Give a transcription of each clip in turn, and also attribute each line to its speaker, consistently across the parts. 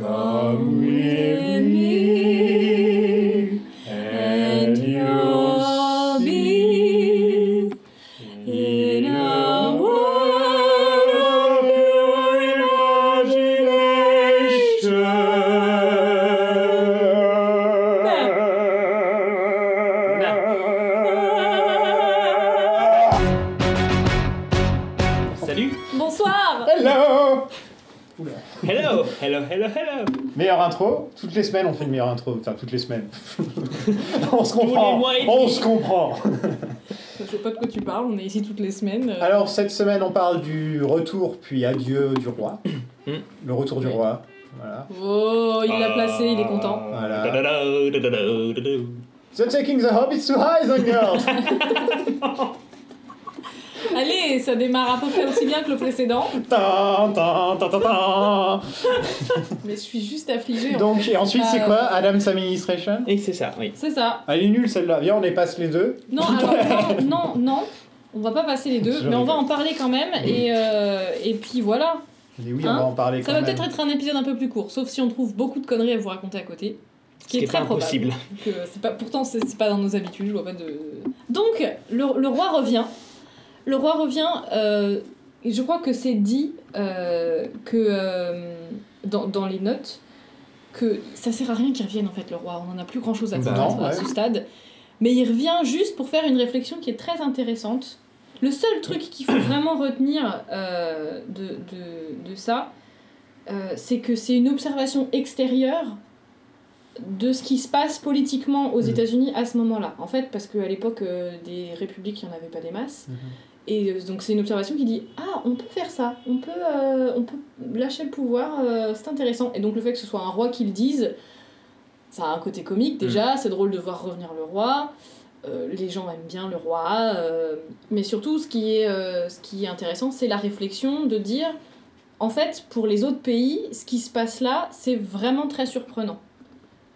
Speaker 1: Come with me, and you'll be in a world of your imagination.
Speaker 2: Salut
Speaker 3: Bonsoir
Speaker 4: Hello
Speaker 2: Hello Hello, hello, hello
Speaker 4: Meilleure intro Toutes les semaines, on fait une meilleure intro. Enfin, toutes les semaines. on se
Speaker 2: les
Speaker 4: comprend
Speaker 2: mois et
Speaker 4: On
Speaker 2: demi.
Speaker 4: se comprend
Speaker 3: Je sais pas de quoi tu parles, on est ici toutes les semaines. euh,
Speaker 4: Alors, cette semaine, on parle du retour puis adieu du roi.
Speaker 2: Hmm.
Speaker 4: Le retour du roi. Voilà.
Speaker 3: Oh, il l'a placé,
Speaker 4: Euh.
Speaker 3: il est content.
Speaker 4: Voilà.
Speaker 2: Da-da-da, da-da-da, da-da.
Speaker 4: The taking the hobbits to Heisen Girls
Speaker 3: Allez, ça démarre à peu près aussi bien que le précédent,
Speaker 4: Tan, tan, tan, tan, tan.
Speaker 3: mais je suis juste affligée. en
Speaker 4: Donc, et ensuite, c'est
Speaker 3: Euh,
Speaker 4: quoi Adam's Administration
Speaker 2: Et c'est ça, oui.
Speaker 3: fait. C'est ça.
Speaker 4: Elle est nulle celle-là. Viens, on les passe les deux.
Speaker 3: Non, alors, non, non, non, on va pas passer les deux,
Speaker 4: Je
Speaker 3: mais on va
Speaker 4: rigole.
Speaker 3: en parler quand même, et, euh, et puis voilà.
Speaker 4: Mais oui,
Speaker 3: Hein
Speaker 4: on va en parler
Speaker 3: Ça
Speaker 4: quand
Speaker 3: va
Speaker 4: même.
Speaker 3: peut-être être un épisode un peu plus court, sauf si on trouve beaucoup de conneries à vous raconter à côté. Ce qui
Speaker 2: Ce
Speaker 3: est,
Speaker 2: qui est
Speaker 3: très
Speaker 2: pas
Speaker 3: probable.
Speaker 2: impossible.
Speaker 3: Donc, euh, c'est pas, pourtant, c'est c'est pas dans nos habitudes, je vois pas de. Donc, le, le roi revient. Le roi revient, euh, et je crois que c'est dit euh, que euh, dans, dans les notes que ça sert à rien qu'il revienne en fait, le roi. On en a plus grand chose à
Speaker 2: Bah
Speaker 3: dire
Speaker 4: non,
Speaker 3: à
Speaker 4: ouais.
Speaker 3: ce stade. Mais il revient juste pour faire une réflexion qui est très intéressante. Le seul truc qu'il faut vraiment retenir euh, de, de, de ça, euh, c'est que c'est une observation extérieure de ce qui se passe politiquement aux
Speaker 4: Mhm.
Speaker 3: États-Unis à ce moment-là. En fait, parce qu'à l'époque euh, des républiques, il n'y en avait pas des masses.
Speaker 4: Mhm.
Speaker 3: Et euh, donc c'est une observation qui dit ah on peut faire ça, on peut euh, on peut lâcher le pouvoir, euh, c'est intéressant. Et donc le fait que ce soit un roi qui le dise, ça a un côté comique
Speaker 2: Mm.
Speaker 3: déjà, c'est drôle de voir revenir le roi. Euh, les gens aiment bien le roi, euh, mais surtout ce qui est euh, ce qui est intéressant, c'est la réflexion de dire en fait pour les autres pays, ce qui se passe là, c'est vraiment très surprenant.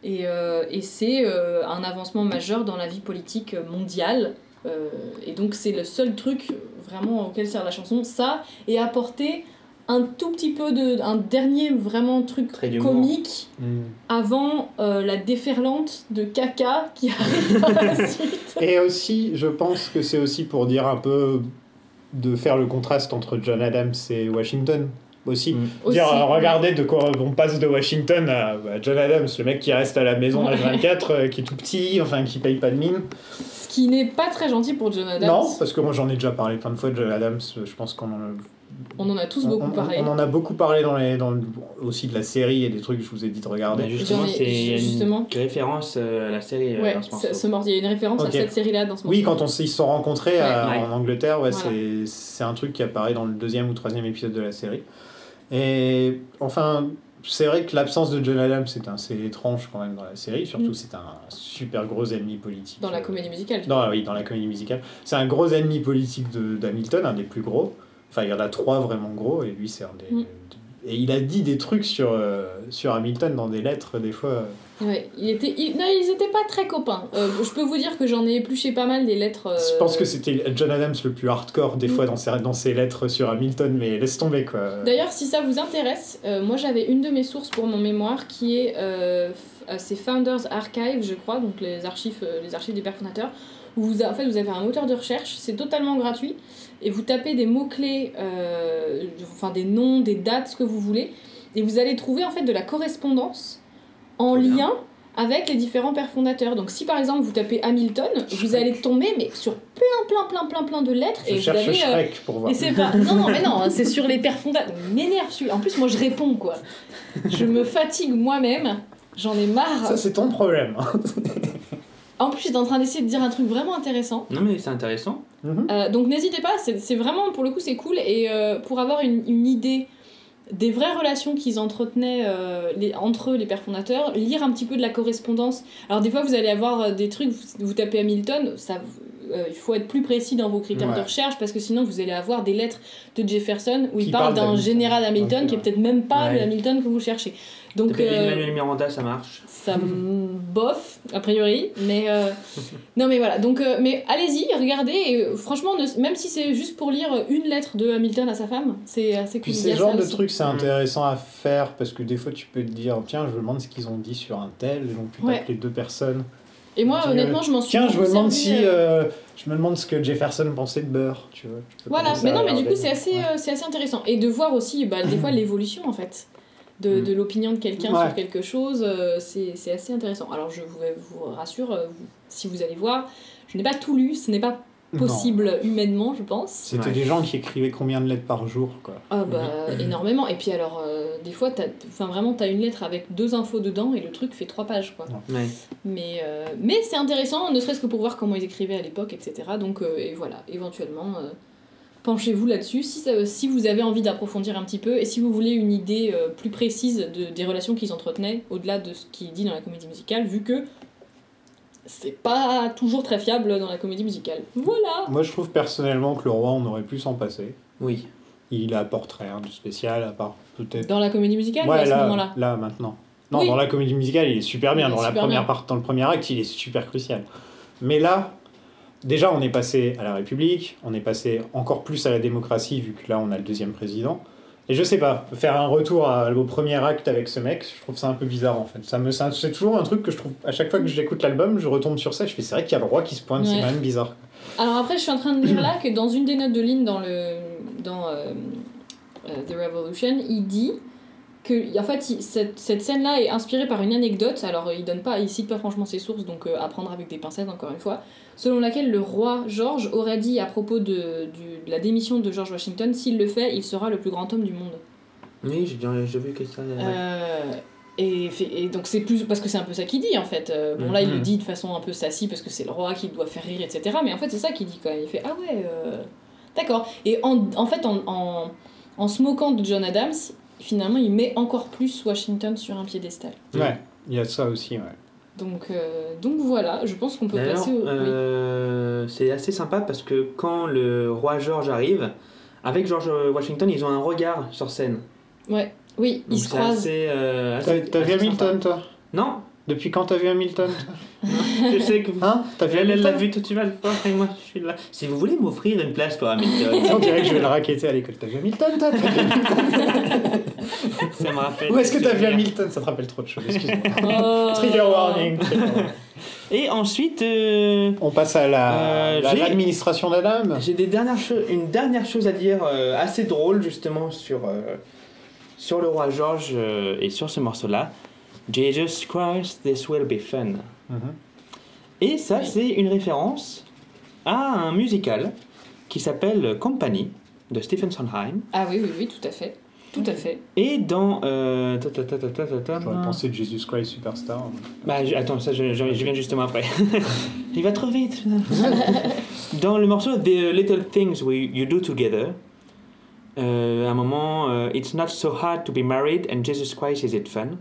Speaker 3: Et, euh, et c'est euh, un avancement majeur dans la vie politique mondiale. Euh, et donc c'est le seul truc vraiment auquel sert la chanson, ça, et apporter un tout petit peu de... un dernier vraiment truc
Speaker 2: Trait d'humour.
Speaker 3: comique
Speaker 4: Hmm.
Speaker 3: avant euh, la déferlante de caca qui arrive par la suite.
Speaker 4: Et aussi, je pense que c'est aussi pour dire un peu de faire le contraste entre John Adams et Washington aussi.
Speaker 2: Mm.
Speaker 3: Aussi.
Speaker 4: Dire, euh, regardez de quoi on passe de Washington à, à John Adams, le mec qui reste à la maison à 24, euh, qui est tout petit, enfin qui paye pas de mine.
Speaker 3: Ce qui n'est pas très gentil pour John Adams.
Speaker 4: Non, parce que moi j'en ai déjà parlé plein de fois de John Adams, euh, je pense qu'on en a,
Speaker 3: On en a tous
Speaker 4: on-
Speaker 3: beaucoup
Speaker 4: on-
Speaker 3: parlé.
Speaker 4: on en a beaucoup parlé dans les, dans le- aussi de la série et des trucs que je vous ai dit de
Speaker 2: Mais
Speaker 4: regarder.
Speaker 2: justement,
Speaker 3: J'en ai-
Speaker 2: c'est il y a
Speaker 3: justement.
Speaker 2: une référence euh, à la série euh,
Speaker 3: ouais,
Speaker 2: dans ce
Speaker 3: ce,
Speaker 2: morceau.
Speaker 3: ce morceau, il y a une référence
Speaker 4: Ok.
Speaker 3: à cette série-là dans ce morceau.
Speaker 4: Oui, quand on s- ils se sont rencontrés à-
Speaker 2: Ouais, ouais.
Speaker 4: en Angleterre, ouais,
Speaker 3: Voilà.
Speaker 4: c'est- c'est un truc qui apparaît dans le deuxième ou troisième épisode de la série. Et enfin, c'est vrai que l'absence de John Adams, c'est un- c'est étrange quand même dans la série. Surtout,
Speaker 3: Mm.
Speaker 4: c'est un super gros ennemi politique.
Speaker 3: Dans la
Speaker 4: Euh,
Speaker 3: comédie musicale.
Speaker 4: dans, la- oui, dans la comédie musicale. C'est un gros ennemi politique de- d'Hamilton, un des plus gros. Enfin, il y en a trois vraiment gros, et lui, c'est un des.
Speaker 3: Mm.
Speaker 4: Et il a dit des trucs sur, euh, sur Hamilton dans des lettres, des fois. euh,
Speaker 3: Ouais, il était, il- non, ils étaient pas très copains. Euh, je peux vous dire que j'en ai épluché pas mal des lettres. euh,
Speaker 4: Je pense que c'était John Adams le plus hardcore des
Speaker 3: Mm.
Speaker 4: fois dans ses, dans ses lettres sur Hamilton, mais laisse tomber quoi.
Speaker 3: D'ailleurs, si ça vous intéresse, euh, moi j'avais une de mes sources pour mon mémoire qui est euh, f- euh, c'est Founders Archive, je crois, donc les archives, euh, les archives des pères fondateurs. Où vous a- en fait, vous avez un moteur de recherche, c'est totalement gratuit, et vous tapez des mots clés, euh, enfin des noms, des dates, ce que vous voulez, et vous allez trouver en fait de la correspondance en
Speaker 2: Trop bien.
Speaker 3: lien avec les différents pères fondateurs. Donc, si par exemple vous tapez Hamilton, vous allez tomber mais sur plein, plein, plein, plein, plein de lettres,
Speaker 4: je
Speaker 3: et vous
Speaker 4: cherche
Speaker 3: avez euh,
Speaker 4: Shrek pour voir.
Speaker 3: et c'est pas. Non, non, mais non, c'est sur les pères fondateurs. Il m'énerve celui En plus, moi, je réponds, quoi. Je me fatigue moi-même. J'en ai marre.
Speaker 4: Ça c'est ton problème. hein.
Speaker 3: En plus, j'étais en train d'essayer de dire un truc vraiment intéressant.
Speaker 2: Non, mais c'est intéressant.
Speaker 4: Mhm.
Speaker 3: Euh, donc, n'hésitez pas. C'est c'est vraiment, pour le coup, c'est cool. Et euh, pour avoir une, une idée des vraies relations qu'ils entretenaient euh, les, entre eux, les pères fondateurs, lire un petit peu de la correspondance. Alors, des fois, vous allez avoir euh, des trucs, vous, vous tapez Hamilton, ça, euh, il faut être plus précis dans vos critères de
Speaker 4: Ouais.
Speaker 3: recherche parce que sinon vous allez avoir des lettres de Jefferson où il
Speaker 4: Qui
Speaker 3: parle
Speaker 4: parle
Speaker 3: d'un
Speaker 4: d'Hamilton.
Speaker 3: général Hamilton
Speaker 4: Ok,
Speaker 3: qui est
Speaker 4: ouais.
Speaker 3: peut-être même pas le
Speaker 2: Ouais.
Speaker 3: Hamilton que vous cherchez.
Speaker 2: De
Speaker 3: Donc
Speaker 2: Berlin,
Speaker 3: euh,
Speaker 2: Manuel Miranda, ça marche.
Speaker 3: ça me bof a priori mais euh, non mais voilà donc euh, mais allez-y regardez et euh, franchement ne- même si c'est juste pour lire une lettre de Hamilton à sa femme c'est assez cool
Speaker 4: Puis
Speaker 3: il y
Speaker 4: ces
Speaker 3: a
Speaker 4: genres
Speaker 3: ça
Speaker 4: de
Speaker 3: aussi.
Speaker 4: trucs, c'est
Speaker 2: Mm.
Speaker 4: intéressant à faire parce que des fois, tu peux te dire tiens, je me demande ce qu'ils ont dit sur un tel, et donc tu
Speaker 3: Ouais.
Speaker 4: tapes les deux personnes.
Speaker 3: et moi
Speaker 4: Tiens,
Speaker 3: honnêtement je m'en suis
Speaker 4: Tiens, je me
Speaker 3: beaucoup
Speaker 4: demande si.
Speaker 3: servi,
Speaker 4: euh,
Speaker 3: euh,
Speaker 4: je me demande ce que Jefferson pensait de Beurre, tu vois. Tu peux
Speaker 3: Voilà,
Speaker 4: commencer
Speaker 3: mais
Speaker 4: à
Speaker 3: non, mais du
Speaker 4: regarder.
Speaker 3: coup, c'est assez,
Speaker 4: Ouais.
Speaker 3: euh, c'est assez intéressant. Et de voir aussi, bah, des fois, l'évolution, en fait, de, de l'opinion de quelqu'un
Speaker 4: Mm. Ouais.
Speaker 3: sur quelque chose, euh, c'est c'est assez intéressant. Alors, je vous, vous rassure, euh, vous- si vous allez voir, je n'ai pas tout lu, ce n'est pas
Speaker 4: Non.
Speaker 3: possible humainement, je pense.
Speaker 4: C'était
Speaker 2: Ouais.
Speaker 4: des gens qui écrivaient combien de lettres par jour, quoi.
Speaker 3: Ah, bah,
Speaker 4: Mhm.
Speaker 3: énormément. Et puis, alors, euh, des fois, t'as- enfin, vraiment, tu as une lettre avec deux infos dedans et le truc fait trois pages, quoi.
Speaker 2: Ouais.
Speaker 3: Mais, euh, mais c'est intéressant, ne serait-ce que pour voir comment ils écrivaient à l'époque, etc. Donc, euh, et voilà, éventuellement, euh, penchez-vous là-dessus si, ça- si vous avez envie d'approfondir un petit peu et si vous voulez une idée euh, plus précise de, des relations qu'ils entretenaient au-delà de ce qui est dit dans la comédie musicale, vu que c'est pas toujours très fiable dans la comédie musicale. Voilà
Speaker 4: Moi, je trouve personnellement que le roi, on aurait pu s'en passer.
Speaker 2: Oui.
Speaker 4: Il apporte rien de spécial, à part peut-être.
Speaker 3: Dans la comédie musicale,
Speaker 4: Ouais,
Speaker 3: à ce
Speaker 4: là,
Speaker 3: moment-là.
Speaker 4: là, maintenant. Non,
Speaker 3: Oui.
Speaker 4: dans la comédie musicale, il est super bien.
Speaker 3: Il est
Speaker 4: Dans, la
Speaker 3: super
Speaker 4: première
Speaker 3: bien.
Speaker 4: part- dans le premier acte, il est super crucial. Mais là, déjà, on est passé à la République, on est passé encore plus à la démocratie, vu que là, on a le deuxième président. Et je sais pas, faire un retour à- au premier acte avec ce mec, je trouve ça un peu bizarre en fait. Ça me, ça- c'est toujours un truc que je trouve, à chaque fois que j'écoute l'album, je retombe sur ça, je fais c'est vrai qu'il y a le roi qui se pointe,
Speaker 3: Ouais.
Speaker 4: c'est quand même bizarre.
Speaker 3: Alors après, je suis en train de lire là que dans une des notes de ligne dans le dans euh, euh, The Revolution, il dit que en fait il- cette, cette scène-là est inspirée par une anecdote. Alors euh, il donne pas, il cite pas franchement ses sources, donc euh, à prendre avec des pincettes encore une fois. Selon laquelle le roi George aurait dit à propos de, du- de la démission de George Washington, s'il le fait, il sera le plus grand homme du monde.
Speaker 2: Oui, j'ai bien- j'ai vu que ça. ouais.
Speaker 3: Euh, et, fait- et donc c'est plus parce que c'est un peu ça qu'il dit en fait. Euh, bon là il le
Speaker 2: Mhm.
Speaker 3: dit de façon un peu sassy parce que c'est le roi qui doit faire rire etc. Mais en fait c'est ça qu'il dit quand même. Il fait ah ouais euh, d'accord. Et en, en fait en, en, en se moquant de John Adams finalement il met encore plus Washington sur un piédestal.
Speaker 2: Mm.
Speaker 4: Ouais, il y a ça aussi, ouais.
Speaker 3: Donc euh, donc voilà je pense qu'on peut
Speaker 2: D'ailleurs,
Speaker 3: passer au... oui.
Speaker 2: euh, c'est assez sympa parce que quand le roi George arrive, avec George Washington, ils ont un regard sur scène.
Speaker 3: Oui,
Speaker 2: Donc
Speaker 3: ils se
Speaker 2: c'est
Speaker 3: croisent.
Speaker 2: assez, euh,
Speaker 4: T'as
Speaker 2: assez-
Speaker 4: t'as vu
Speaker 2: assez sympa.
Speaker 4: Hamilton, toi
Speaker 2: Non,
Speaker 4: Depuis quand t'as vu Hamilton
Speaker 2: je sais que vous.
Speaker 4: Hein T'as vu
Speaker 2: Elle elle l'a
Speaker 4: Hamilton
Speaker 2: vu tout de suite, elle le porte, et moi je suis là. Si vous voulez m'offrir une place pour Hamilton,
Speaker 4: On dirait que je vais le raqueter à l'école. T'as vu Hamilton, toi T'as vu-
Speaker 2: ça me rappelle.
Speaker 4: Où est-ce que
Speaker 2: des
Speaker 4: t'as vu
Speaker 2: souvenirs.
Speaker 4: Hamilton Ça te rappelle trop de choses, excuse-moi.
Speaker 3: Oh.
Speaker 4: Trigger warning.
Speaker 2: Et ensuite, euh,
Speaker 4: On passe à la-
Speaker 2: Euh,
Speaker 4: la-
Speaker 2: j'ai-
Speaker 4: l'administration d'Adam.
Speaker 2: j'ai des dernières cho- une dernière chose à dire euh, assez drôle justement sur, euh, sur le roi George euh, et sur ce morceau-là. Jesus Christ, this will be fun.
Speaker 4: Mhm.
Speaker 2: Et ça, c'est une référence à un musical qui s'appelle Company de Stephen Sondheim.
Speaker 3: Ah oui oui oui tout à fait tout à fait.
Speaker 2: Et dans. euh, ta, ta, ta, ta, ta, ta, ta,
Speaker 4: J'aurais pensé de Jesus Christ Superstar.
Speaker 2: Bah, je- attends, ça, je, je- je viens justement après. Il va trop vite. Dans le morceau The Little Things We You Do Together, euh, à un moment, euh, It's not so hard to be married and Jesus Christ is it fun.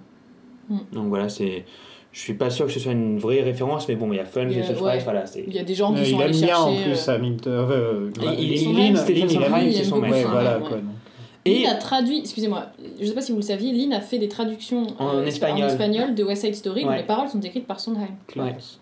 Speaker 3: Mm.
Speaker 2: Donc voilà, c'est. Je suis pas sûr que ce soit une vraie référence, mais bon, il y a fun,
Speaker 3: Il y a-
Speaker 2: Jesus Christ,
Speaker 3: ouais.
Speaker 2: voilà. c'est-
Speaker 3: Il y a des gens qui
Speaker 4: Euh,
Speaker 3: sont
Speaker 4: il aime
Speaker 3: allés
Speaker 4: bien en
Speaker 3: chercher,
Speaker 4: plus
Speaker 3: euh,
Speaker 4: Hamilton. euh,
Speaker 2: Et-
Speaker 4: euh,
Speaker 2: il-
Speaker 4: Lin-
Speaker 2: il aime
Speaker 4: Lin,
Speaker 2: Stephen
Speaker 4: Lin, il aime-
Speaker 2: Sondheim,
Speaker 3: c'est son
Speaker 4: Ouais,
Speaker 3: maître.
Speaker 4: voilà
Speaker 3: Ouais.
Speaker 4: quoi. non.
Speaker 2: Et
Speaker 3: Lynn a traduit, excusez-moi, je sais pas si vous le saviez, Lynn a fait des traductions euh,
Speaker 2: En espagnol.
Speaker 3: espagnol de West Side Story, dont
Speaker 2: Ouais.
Speaker 3: les paroles sont écrites par Sondheim.
Speaker 4: Classe.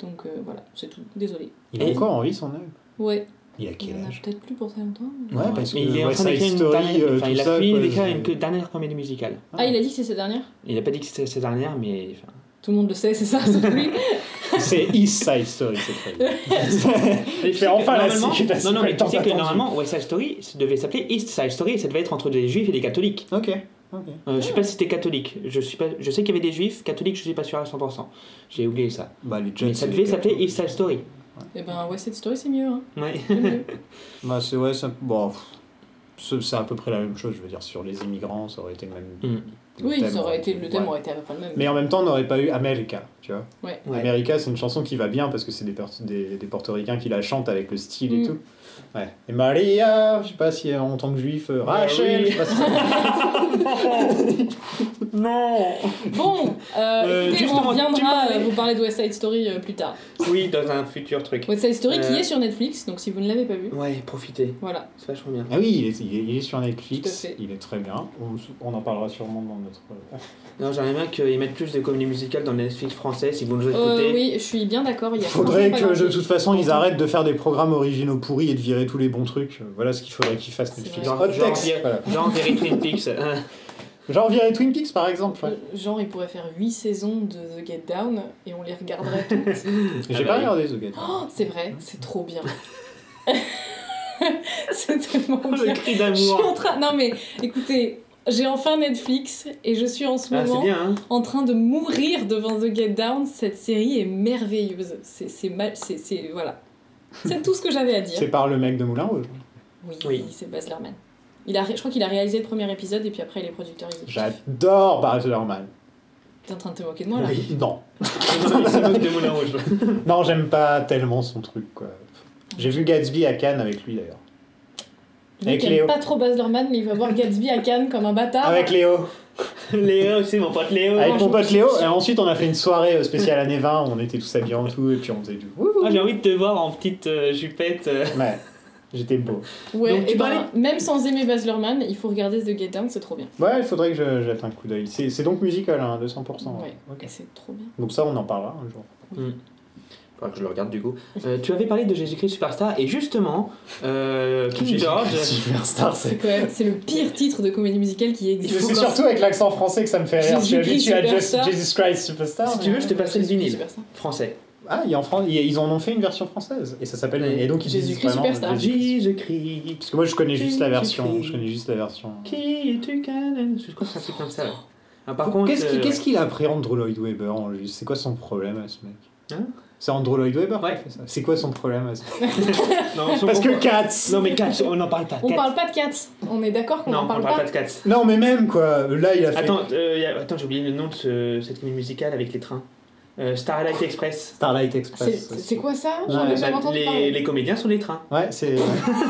Speaker 3: Donc euh, voilà, c'est tout, désolé.
Speaker 4: Il a
Speaker 2: Et-
Speaker 4: encore envie son œuvre.
Speaker 3: Ouais,
Speaker 4: Il a
Speaker 3: il
Speaker 4: quel
Speaker 3: en a
Speaker 4: âge
Speaker 3: peut-être plus pour très longtemps. mais-
Speaker 4: Ouais, parce que
Speaker 2: il est en
Speaker 4: West
Speaker 2: train d'écrire
Speaker 4: Side
Speaker 2: une
Speaker 4: Story,
Speaker 2: dernière-
Speaker 4: euh,
Speaker 2: enfin,
Speaker 4: tout
Speaker 2: il a
Speaker 4: ça,
Speaker 2: fini
Speaker 4: quoi, euh.
Speaker 2: d'écrire
Speaker 4: je-
Speaker 2: une que- dernière comédie musicale.
Speaker 3: Ah, il a dit que c'est sa dernière
Speaker 2: Il a pas dit que c'était sa dernière, mais. enfin,
Speaker 3: Tout le monde le sait, c'est ça, sauf lui.
Speaker 4: C'est East Side Story cette fois.
Speaker 2: Et
Speaker 4: fait enfin la
Speaker 2: normalement-
Speaker 4: suite, la
Speaker 2: Non, non, mais tu
Speaker 4: suite
Speaker 2: sais que
Speaker 4: attendue.
Speaker 2: normalement, West Side Story ça devait s'appeler East Side Story et ça devait être entre des juifs et des catholiques.
Speaker 4: Ok. ok.
Speaker 2: Euh, Je sais pas si c'était catholique. Je, suis pas... je sais qu'il y avait des juifs, catholiques, je suis pas sûr à 100%. J'ai oublié ça.
Speaker 4: Bah, les
Speaker 2: Mais
Speaker 4: Jets,
Speaker 2: ça
Speaker 4: c'est
Speaker 2: devait
Speaker 4: les
Speaker 2: s'appeler
Speaker 4: quatre.
Speaker 2: East Side Story.
Speaker 3: Et ben, West Side Story, c'est mieux. Hein.
Speaker 2: Ouais.
Speaker 3: C'est mieux.
Speaker 4: Bah c'est ouais, ça, bon, pff, c'est c'est à peu près la même chose, je veux dire, sur les immigrants, ça aurait été le même.
Speaker 2: Mm.
Speaker 4: le
Speaker 3: oui,
Speaker 4: thème
Speaker 3: ça aurait été, le thème
Speaker 4: ouais.
Speaker 3: aurait été à peu près le même.
Speaker 4: Mais en même temps, on n'aurait pas eu America, tu vois.
Speaker 2: Ouais.
Speaker 4: America, c'est une chanson qui va bien parce que c'est des, Puerto- des, des portoricains qui la chantent avec le style
Speaker 3: Mm.
Speaker 4: et tout. Ouais. Et
Speaker 3: Ah
Speaker 4: Maria, je sais pas si euh, en tant que juif, euh,
Speaker 2: Bah
Speaker 4: Rachel,
Speaker 2: oui.
Speaker 4: je sais pas si-
Speaker 2: Non
Speaker 3: Bon,
Speaker 2: Euh,
Speaker 3: euh, écoutez,
Speaker 2: justement,
Speaker 3: on
Speaker 2: tu
Speaker 3: reviendra
Speaker 2: parlais.
Speaker 3: euh, vous parler de West Side Story euh, plus tard.
Speaker 2: Oui, dans un futur truc.
Speaker 3: West Side Story qui
Speaker 2: Euh.
Speaker 3: est sur Netflix, donc si vous ne l'avez pas vu,
Speaker 2: Ouais, profitez.
Speaker 3: voilà.
Speaker 2: C'est vachement bien.
Speaker 4: Ah oui, il est, il est- il est sur
Speaker 3: Tout à
Speaker 4: Netflix,
Speaker 3: fait.
Speaker 4: il est très bien. On, on en parlera sûrement dans notre. euh,
Speaker 2: Non, j'aimerais bien qu'ils mettent plus de comédies musicales dans les Netflix français si vous nous écoutez.
Speaker 3: Euh, oui, je suis bien d'accord. Il y a
Speaker 4: Faudrait
Speaker 3: franchement pas
Speaker 4: que de
Speaker 3: grand-chose.
Speaker 4: toute façon ils arrêtent de faire des programmes originaux pourris et de virer tous les bons trucs. Voilà ce qu'il faudrait qu'ils fassent
Speaker 3: C'est
Speaker 4: Netflix.
Speaker 3: vrai.
Speaker 4: Hot
Speaker 2: Genre,
Speaker 4: text,
Speaker 2: vire-
Speaker 4: voilà.
Speaker 2: genre Very Twin Peaks. hein.
Speaker 4: Genre virer Twin Peaks par exemple. ouais.
Speaker 3: Euh, Genre, il pourrait faire 8 saisons de The Get Down et on les regarderait toutes.
Speaker 4: J'ai
Speaker 2: Ah
Speaker 4: pas
Speaker 2: bah oui.
Speaker 4: regardé The Get.
Speaker 3: Oh, c'est vrai, c'est trop bien. c'est tellement
Speaker 2: Oh, le
Speaker 3: bien.
Speaker 2: cri
Speaker 3: Je suis en
Speaker 2: d'amour.
Speaker 3: train. Non, mais écoutez, j'ai enfin Netflix et je suis en ce
Speaker 2: Ah, c'est
Speaker 3: moment
Speaker 2: bien, hein
Speaker 3: en train de mourir devant The Get Down. Cette série est merveilleuse. C'est c'est mal. C'est c'est- voilà. C'est tout ce que j'avais à dire.
Speaker 4: C'est par le mec de Moulin Rouge.
Speaker 3: Oui,
Speaker 2: Oui.
Speaker 3: c'est Baz Luhrmann. Il a, ré- je crois qu'il a réalisé le premier épisode et puis après les producteurs ils disent
Speaker 4: J'adore Baz Luhrmann.
Speaker 3: T'es en train de te moquer de moi là
Speaker 4: Non,
Speaker 2: Il se moque de Moulin Rouge.
Speaker 4: non, j'aime pas tellement son truc quoi. J'ai vu Gatsby à Cannes avec lui d'ailleurs.
Speaker 3: Lui
Speaker 4: Avec
Speaker 3: qui aime
Speaker 4: Léo.
Speaker 3: pas trop Baz Luhrmann mais il va voir Gatsby à Cannes comme un bâtard.
Speaker 4: Avec Léo.
Speaker 2: Léo, c'est mon pote Léo.
Speaker 4: Avec mon
Speaker 3: bonjour.
Speaker 4: pote Léo, et ensuite on a fait une soirée euh, spéciale années 20, on était tous habillés en tout, et puis on faisait du. Wouhou.
Speaker 2: Ah, j'ai envie de te voir en petite euh, jupette. euh.
Speaker 4: Ouais, j'étais beau.
Speaker 3: Ouais,
Speaker 2: Donc, tu
Speaker 3: et ben,
Speaker 2: parlais-
Speaker 3: même sans aimer Baz Luhrmann, il faut regarder The Get Down, c'est trop bien.
Speaker 4: Ouais, il faudrait que je- jette un coup d'œil. C'est c'est donc musical, hein, 200%.
Speaker 3: Ouais.
Speaker 4: Ok.
Speaker 3: Et c'est trop bien.
Speaker 4: Donc ça, on en parlera un jour.
Speaker 2: Faudra que je le regarde du coup. Euh, tu avais parlé de Jésus-Christ Superstar et justement, euh, King George.
Speaker 4: Superstar,
Speaker 3: C'est
Speaker 4: c'est.
Speaker 3: quand même- c'est le pire titre de comédie musicale qui existe.
Speaker 4: C'est surtout avec l'accent français que ça me fait rire. Je suis
Speaker 3: Jésus-Christ
Speaker 4: habitué à Just
Speaker 3: Superstar.
Speaker 4: Jesus Christ Superstar.
Speaker 2: Si tu veux, je te passerai le vinyle.
Speaker 3: Super ça.
Speaker 2: Français.
Speaker 4: Ah, il y a en France, il y a- ils en ont fait une version française. Et ça s'appelle.
Speaker 2: Ouais.
Speaker 4: Et donc ils disent
Speaker 3: Jésus-Christ
Speaker 4: vraiment,
Speaker 3: Superstar.
Speaker 4: euh, Jésus-
Speaker 2: Jésus-Christ.
Speaker 4: Parce que moi, je connais juste la version.
Speaker 2: Jésus-Christ.
Speaker 4: Je connais juste la version.
Speaker 2: Qui es-tu, Canon Je crois que c'est un truc comme ça. ouais. Ah, par contre.
Speaker 4: Qu'est-ce qu'il
Speaker 2: euh,
Speaker 4: qu'est-ce qu'il apprend Andrew Lloyd Webber en lui C'est quoi son problème à ce mec
Speaker 2: Hein
Speaker 4: C'est Andrew Lloyd Webber qui
Speaker 2: Ouais.
Speaker 4: fait ça C'est quoi son problème à ce mec
Speaker 2: non, son
Speaker 4: Parce que
Speaker 2: propre-
Speaker 4: Katz
Speaker 2: Non, mais Katz, on n'en parle pas.
Speaker 3: On
Speaker 2: Katz.
Speaker 3: parle pas de Cats, on est d'accord qu'on
Speaker 2: Non,
Speaker 3: en parle,
Speaker 2: pas.
Speaker 3: pas.
Speaker 2: de Katz.
Speaker 4: Non, mais même quoi Là, il a fait.
Speaker 2: Attends, euh, y a- attends j'ai oublié le nom de ce- cette comédie musicale avec les trains. Euh, Starlight Express.
Speaker 4: Starlight
Speaker 3: C'est-
Speaker 4: Express.
Speaker 3: C'est quoi ça J'en
Speaker 4: Ouais,
Speaker 3: ai jamais
Speaker 2: Bah,
Speaker 3: entendu
Speaker 2: les,
Speaker 3: parler.
Speaker 2: les comédiens sont les trains.
Speaker 4: Ouais, c'est.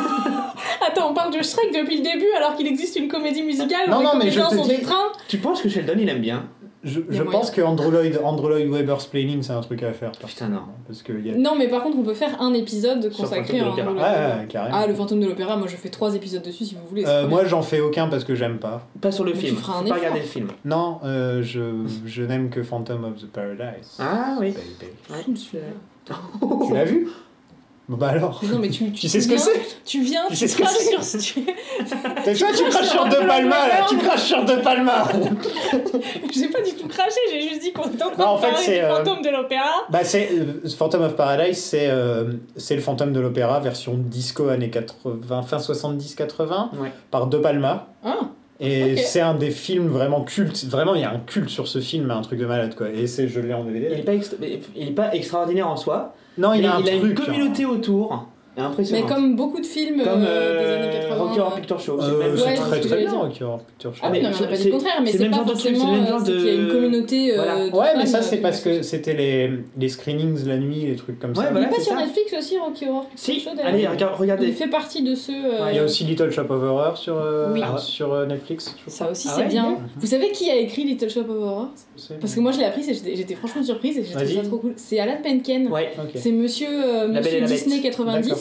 Speaker 3: Attends, on parle de Shrek depuis le début alors qu'il existe une comédie musicale.
Speaker 4: Non,
Speaker 3: où
Speaker 4: non,
Speaker 3: les
Speaker 4: mais je
Speaker 3: comédiens
Speaker 4: te
Speaker 3: sont
Speaker 4: dis-
Speaker 3: des trains.
Speaker 2: Tu penses que Sheldon il aime bien
Speaker 4: Je,
Speaker 3: Y
Speaker 4: je
Speaker 3: a moyen.
Speaker 4: pense que Andrew Lloyd, Andrew Lloyd Webber's Planning, c'est un truc à faire. par
Speaker 2: Putain,
Speaker 4: contre,
Speaker 2: non.
Speaker 4: Parce que y a...
Speaker 3: Non, mais par contre, on peut faire un épisode
Speaker 2: Sur
Speaker 3: consacré
Speaker 2: Fantôme de
Speaker 3: à un
Speaker 2: l'Opéra.
Speaker 3: Andrew Lloyd
Speaker 4: Ouais,
Speaker 3: Webber.
Speaker 4: ouais, carrément.
Speaker 3: Ah, le fantôme de l'opéra, moi je fais trois épisodes dessus si vous voulez. c'est
Speaker 4: Euh,
Speaker 3: trop
Speaker 4: moi, j'en fais aucun parce que j'aime pas.
Speaker 2: Pas sur le
Speaker 3: Mais
Speaker 2: film.
Speaker 3: tu feras un
Speaker 2: Faut pas
Speaker 3: effort.
Speaker 2: regarder le film.
Speaker 4: Non, euh, je, je n'aime que Phantom of the Paradise.
Speaker 2: Ah oui.
Speaker 4: Baby.
Speaker 3: bien. Je me suis-
Speaker 4: Tu l'as vu Bon bah alors.
Speaker 3: Mais Non, mais tu, tu,
Speaker 4: sais ce que
Speaker 3: viens-
Speaker 4: c'est
Speaker 3: Tu viens,
Speaker 4: Tu
Speaker 3: tu,
Speaker 4: sais ce que
Speaker 3: craches
Speaker 4: c'est
Speaker 3: sur ce- tu-
Speaker 4: T'es- Toi, tu craches sur De Palma là, tu craches sur De Palma
Speaker 3: J'ai pas du tout craché, j'ai juste dit qu'on était en train
Speaker 4: Non, en
Speaker 3: de
Speaker 4: fait,
Speaker 3: parler
Speaker 4: c'est,
Speaker 3: du
Speaker 4: euh,
Speaker 3: fantôme de l'opéra.
Speaker 4: Bah c'est euh, Phantom of Paradise, c'est euh, c'est le fantôme de l'opéra version disco années 80, fin 70-80
Speaker 2: Ouais.
Speaker 4: par De Palma.
Speaker 3: Ah,
Speaker 4: Et
Speaker 3: Ok.
Speaker 4: c'est un des films vraiment cultes. Vraiment, il y a un culte sur ce film, un truc de malade quoi. Et c'est je l'ai en DVD.
Speaker 2: Il est, pas extra- il est pas extraordinaire en soi,
Speaker 4: Non, il
Speaker 2: mais
Speaker 4: a un
Speaker 2: il a une
Speaker 4: truc. hein.
Speaker 2: communauté autour. C'est
Speaker 3: mais
Speaker 2: Impressionnant.
Speaker 3: comme beaucoup de films
Speaker 2: Comme,
Speaker 3: euh,
Speaker 2: euh,
Speaker 3: des années 80.
Speaker 2: Rocky Horror
Speaker 3: euh,
Speaker 2: Picture Show.
Speaker 4: hein.
Speaker 2: c'est le même
Speaker 4: Euh,
Speaker 3: Ouais,
Speaker 4: c'est
Speaker 2: genre.
Speaker 3: c'est ce
Speaker 4: très
Speaker 3: que
Speaker 4: très
Speaker 3: j'allais
Speaker 4: bien
Speaker 3: dire.
Speaker 4: Rocky Horror Picture Show.
Speaker 2: Ah,
Speaker 3: Ah,
Speaker 2: mais
Speaker 3: non, mais on n'a pas dit
Speaker 2: c'est-
Speaker 3: le contraire, mais
Speaker 2: c'est
Speaker 3: c'est
Speaker 2: même
Speaker 3: pas
Speaker 2: genre de truc, c'est
Speaker 3: forcément.
Speaker 2: même
Speaker 3: euh,
Speaker 2: genre
Speaker 3: c'est qu'il y a une
Speaker 2: de-
Speaker 3: communauté. euh,
Speaker 2: Voilà.
Speaker 3: de
Speaker 4: Ouais, mais
Speaker 3: fans,
Speaker 4: ça
Speaker 3: euh,
Speaker 4: c'est
Speaker 3: qui
Speaker 4: parce
Speaker 3: font
Speaker 4: que c'était les, les screenings la nuit, les trucs comme
Speaker 2: Ouais,
Speaker 4: ça.
Speaker 3: ça. Il
Speaker 2: voilà,
Speaker 3: est pas
Speaker 2: c'est
Speaker 3: sur
Speaker 2: ça. Ah,
Speaker 3: Netflix aussi, Rocky Horror Picture
Speaker 2: Si,
Speaker 3: Show
Speaker 2: allez,
Speaker 3: d'ailleurs.
Speaker 2: regarde-
Speaker 3: Il
Speaker 2: regardez.
Speaker 3: fait partie de ceux. euh,
Speaker 4: Il y a aussi Little Shop of Horror sur, euh,
Speaker 3: Oui.
Speaker 4: ah, sur euh, Netflix. je
Speaker 3: Ça aussi,
Speaker 2: Ah
Speaker 3: c'est
Speaker 2: ouais,
Speaker 3: bien.
Speaker 2: ouais.
Speaker 3: Vous savez qui a écrit Little Shop of Horror
Speaker 4: sais.
Speaker 3: Parce que moi, je l'ai appris, et j'étais j'étais franchement surprise et j'ai trouvé
Speaker 4: Vas-y.
Speaker 3: ça trop cool. C'est Alan Menken.
Speaker 2: Ouais.
Speaker 4: Ok.
Speaker 3: C'est Monsieur, euh,
Speaker 2: La Belle
Speaker 3: Monsieur
Speaker 2: et la Bête.
Speaker 3: Disney 90.
Speaker 4: D'accord.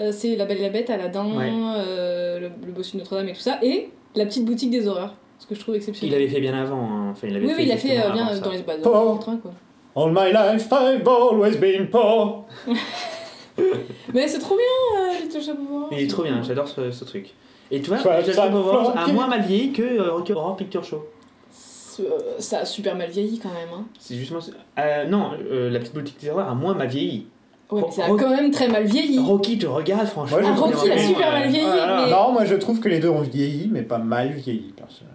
Speaker 3: euh, c'est La Belle et la Bête, Aladdin,
Speaker 2: Ouais.
Speaker 3: euh, le, le Bossu de Notre-Dame et tout ça. Et La Petite Boutique des Horreurs, ce que je trouve exceptionnel.
Speaker 2: Il avait fait bien avant. hein. Enfin, il avait
Speaker 3: oui,
Speaker 2: fait
Speaker 3: oui, il a fait
Speaker 2: justement
Speaker 3: euh, bien
Speaker 2: avant
Speaker 3: euh,
Speaker 2: ça.
Speaker 3: dans les bah, dans
Speaker 4: Paul.
Speaker 3: les années 80, quoi.
Speaker 4: All my life I've always been poor.
Speaker 3: Mais c'est trop bien, euh, Little Shop of Horrors.
Speaker 2: Il est trop bien, j'adore ce, ce truc. Et tu vois,
Speaker 4: Soit-
Speaker 2: Little
Speaker 4: soit-
Speaker 2: Shop of Horrors a
Speaker 4: Florentine.
Speaker 2: moins mal vieilli que euh, Rocky Horror Picture Show.
Speaker 3: C'est, euh, ça a super mal vieilli quand même. Hein.
Speaker 2: C'est justement. euh, non, euh, la petite boutique des horreurs a moins mal vieilli.
Speaker 3: Ouais,
Speaker 2: Ro-
Speaker 3: mais ça a
Speaker 2: Rocky-
Speaker 3: quand même très mal vieilli.
Speaker 2: Rocky te regarde, franchement.
Speaker 4: Ouais, je
Speaker 3: Ah,
Speaker 4: trouve
Speaker 3: Rocky a
Speaker 4: vraiment,
Speaker 3: super
Speaker 2: euh,
Speaker 3: mal vieilli.
Speaker 2: oh là là.
Speaker 3: mais-
Speaker 4: Non, moi je trouve que les deux ont vieilli, mais pas mal vieilli personnellement.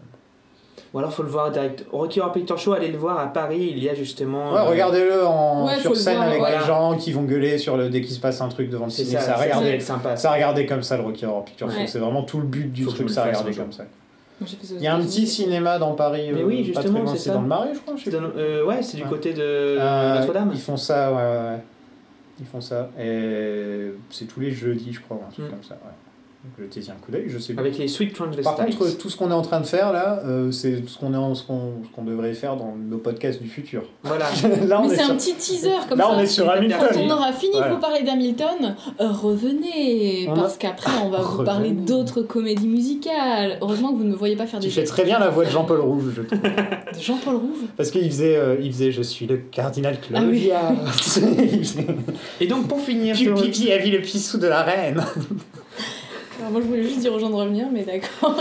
Speaker 2: Ou alors faut le voir direct. Rocky Horror Picture Show, allez le voir à Paris, il y a justement.
Speaker 4: Ouais,
Speaker 2: euh,
Speaker 4: regardez-le en
Speaker 3: Ouais, faut
Speaker 4: sur
Speaker 3: le
Speaker 4: scène
Speaker 3: voir,
Speaker 4: avec
Speaker 2: voilà.
Speaker 4: les gens qui vont gueuler sur le dès qu'il se passe un truc devant le
Speaker 2: C'est
Speaker 4: ciné.
Speaker 2: ça,
Speaker 4: Ça,
Speaker 2: ça, ça
Speaker 4: regardez.
Speaker 2: doit être sympa.
Speaker 4: Ça regardait comme ça le Rocky Horror Picture Show,
Speaker 3: Ouais.
Speaker 4: c'est vraiment tout le but du
Speaker 2: Faut que
Speaker 4: truc,
Speaker 2: je me
Speaker 4: ça
Speaker 2: le fasse
Speaker 4: regardait
Speaker 2: un jour.
Speaker 4: comme ça.
Speaker 3: Moi, j'ai fait ça aux
Speaker 4: Il y a un
Speaker 3: États-Unis.
Speaker 4: petit cinéma dans Paris,
Speaker 2: Mais
Speaker 4: euh,
Speaker 2: oui,
Speaker 4: pas
Speaker 2: justement,
Speaker 4: très loin,
Speaker 2: c'est
Speaker 4: c'est
Speaker 2: ça.
Speaker 4: dans le Marais, je crois. Je sais
Speaker 2: C'est dans
Speaker 4: plus.
Speaker 2: le- euh, ouais, c'est du
Speaker 4: Ouais.
Speaker 2: côté de
Speaker 4: Euh,
Speaker 2: Notre-Dame.
Speaker 4: Ils font ça, ouais, ouais, ouais. Ils font ça. Et c'est tous les jeudis, je crois, ou un truc
Speaker 2: Mm.
Speaker 4: comme ça. ouais. Jetez-y un coup d'œil, je sais pas.
Speaker 2: Avec les Sweet Transvestites.
Speaker 4: Par contre, tout ce qu'on est en train de faire là, euh, c'est ce qu'on est en- ce qu'on ce qu'on devrait faire dans nos podcasts du futur.
Speaker 2: Voilà.
Speaker 4: là, on
Speaker 3: Mais
Speaker 4: est
Speaker 3: c'est
Speaker 4: sur-
Speaker 3: un petit teaser comme
Speaker 4: là,
Speaker 3: ça.
Speaker 4: on est sur
Speaker 3: Quand on
Speaker 4: Hamilton.
Speaker 3: aura fini de
Speaker 4: Voilà.
Speaker 3: vous parler d'Hamilton, euh, revenez,
Speaker 4: On a-
Speaker 3: parce qu'après on va vous parler
Speaker 4: Revenez.
Speaker 3: d'autres comédies musicales. Heureusement que vous ne me voyez pas faire des
Speaker 4: Tu fais très bien la voix de Jean-Paul Rouve, je trouve.
Speaker 3: de Jean-Paul Rouve.
Speaker 4: Parce qu'il faisait, euh, il faisait Je suis le cardinal
Speaker 3: Ah
Speaker 4: Claudia.
Speaker 3: oui.
Speaker 4: Il faisait,
Speaker 2: Et donc, pour finir.
Speaker 4: Piu,
Speaker 2: sur-
Speaker 4: pipi, avis le pissou de la reine.
Speaker 3: Alors, moi je voulais juste dire aux gens de revenir, mais d'accord.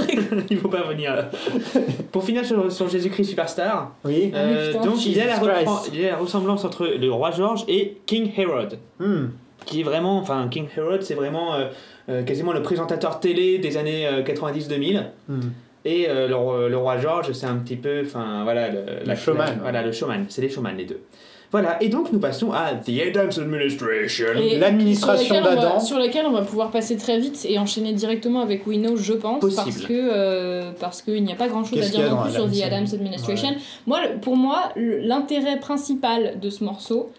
Speaker 2: Il faut pas venir. là. pour finir sur, sur Jésus-Christ Superstar,
Speaker 4: Oui.
Speaker 3: Ah oui,
Speaker 2: euh,
Speaker 3: putain.
Speaker 2: donc il y, a la
Speaker 4: Jesus Christ.
Speaker 2: repren- il y a la ressemblance entre le roi George et King Herod.
Speaker 4: Hmm.
Speaker 2: Qui est vraiment. Enfin, King Herod, c'est vraiment euh, euh, quasiment le présentateur télé des années euh, 90-2000.
Speaker 4: Hmm.
Speaker 2: Et euh, le, roi- le roi George, c'est un petit peu, enfin voilà, le, la-
Speaker 4: showman.
Speaker 2: la- voilà, le showman. C'est les showman les deux. Voilà. Et donc nous passons à The Adams Administration.
Speaker 3: Et
Speaker 4: L'administration
Speaker 3: sur laquelle on va-
Speaker 4: d'Adam.
Speaker 3: Sur laquelle on va pouvoir passer très vite et enchaîner directement avec We Know, je pense,
Speaker 2: Possible.
Speaker 3: parce que euh, parce qu'il n'y a pas grand chose à
Speaker 4: Qu'est-ce qu'il y a
Speaker 3: dire non
Speaker 4: dans
Speaker 3: plus sur The
Speaker 4: Adam's-
Speaker 3: Adams Administration. Moi, le- pour moi, le- l'intérêt principal de ce morceau.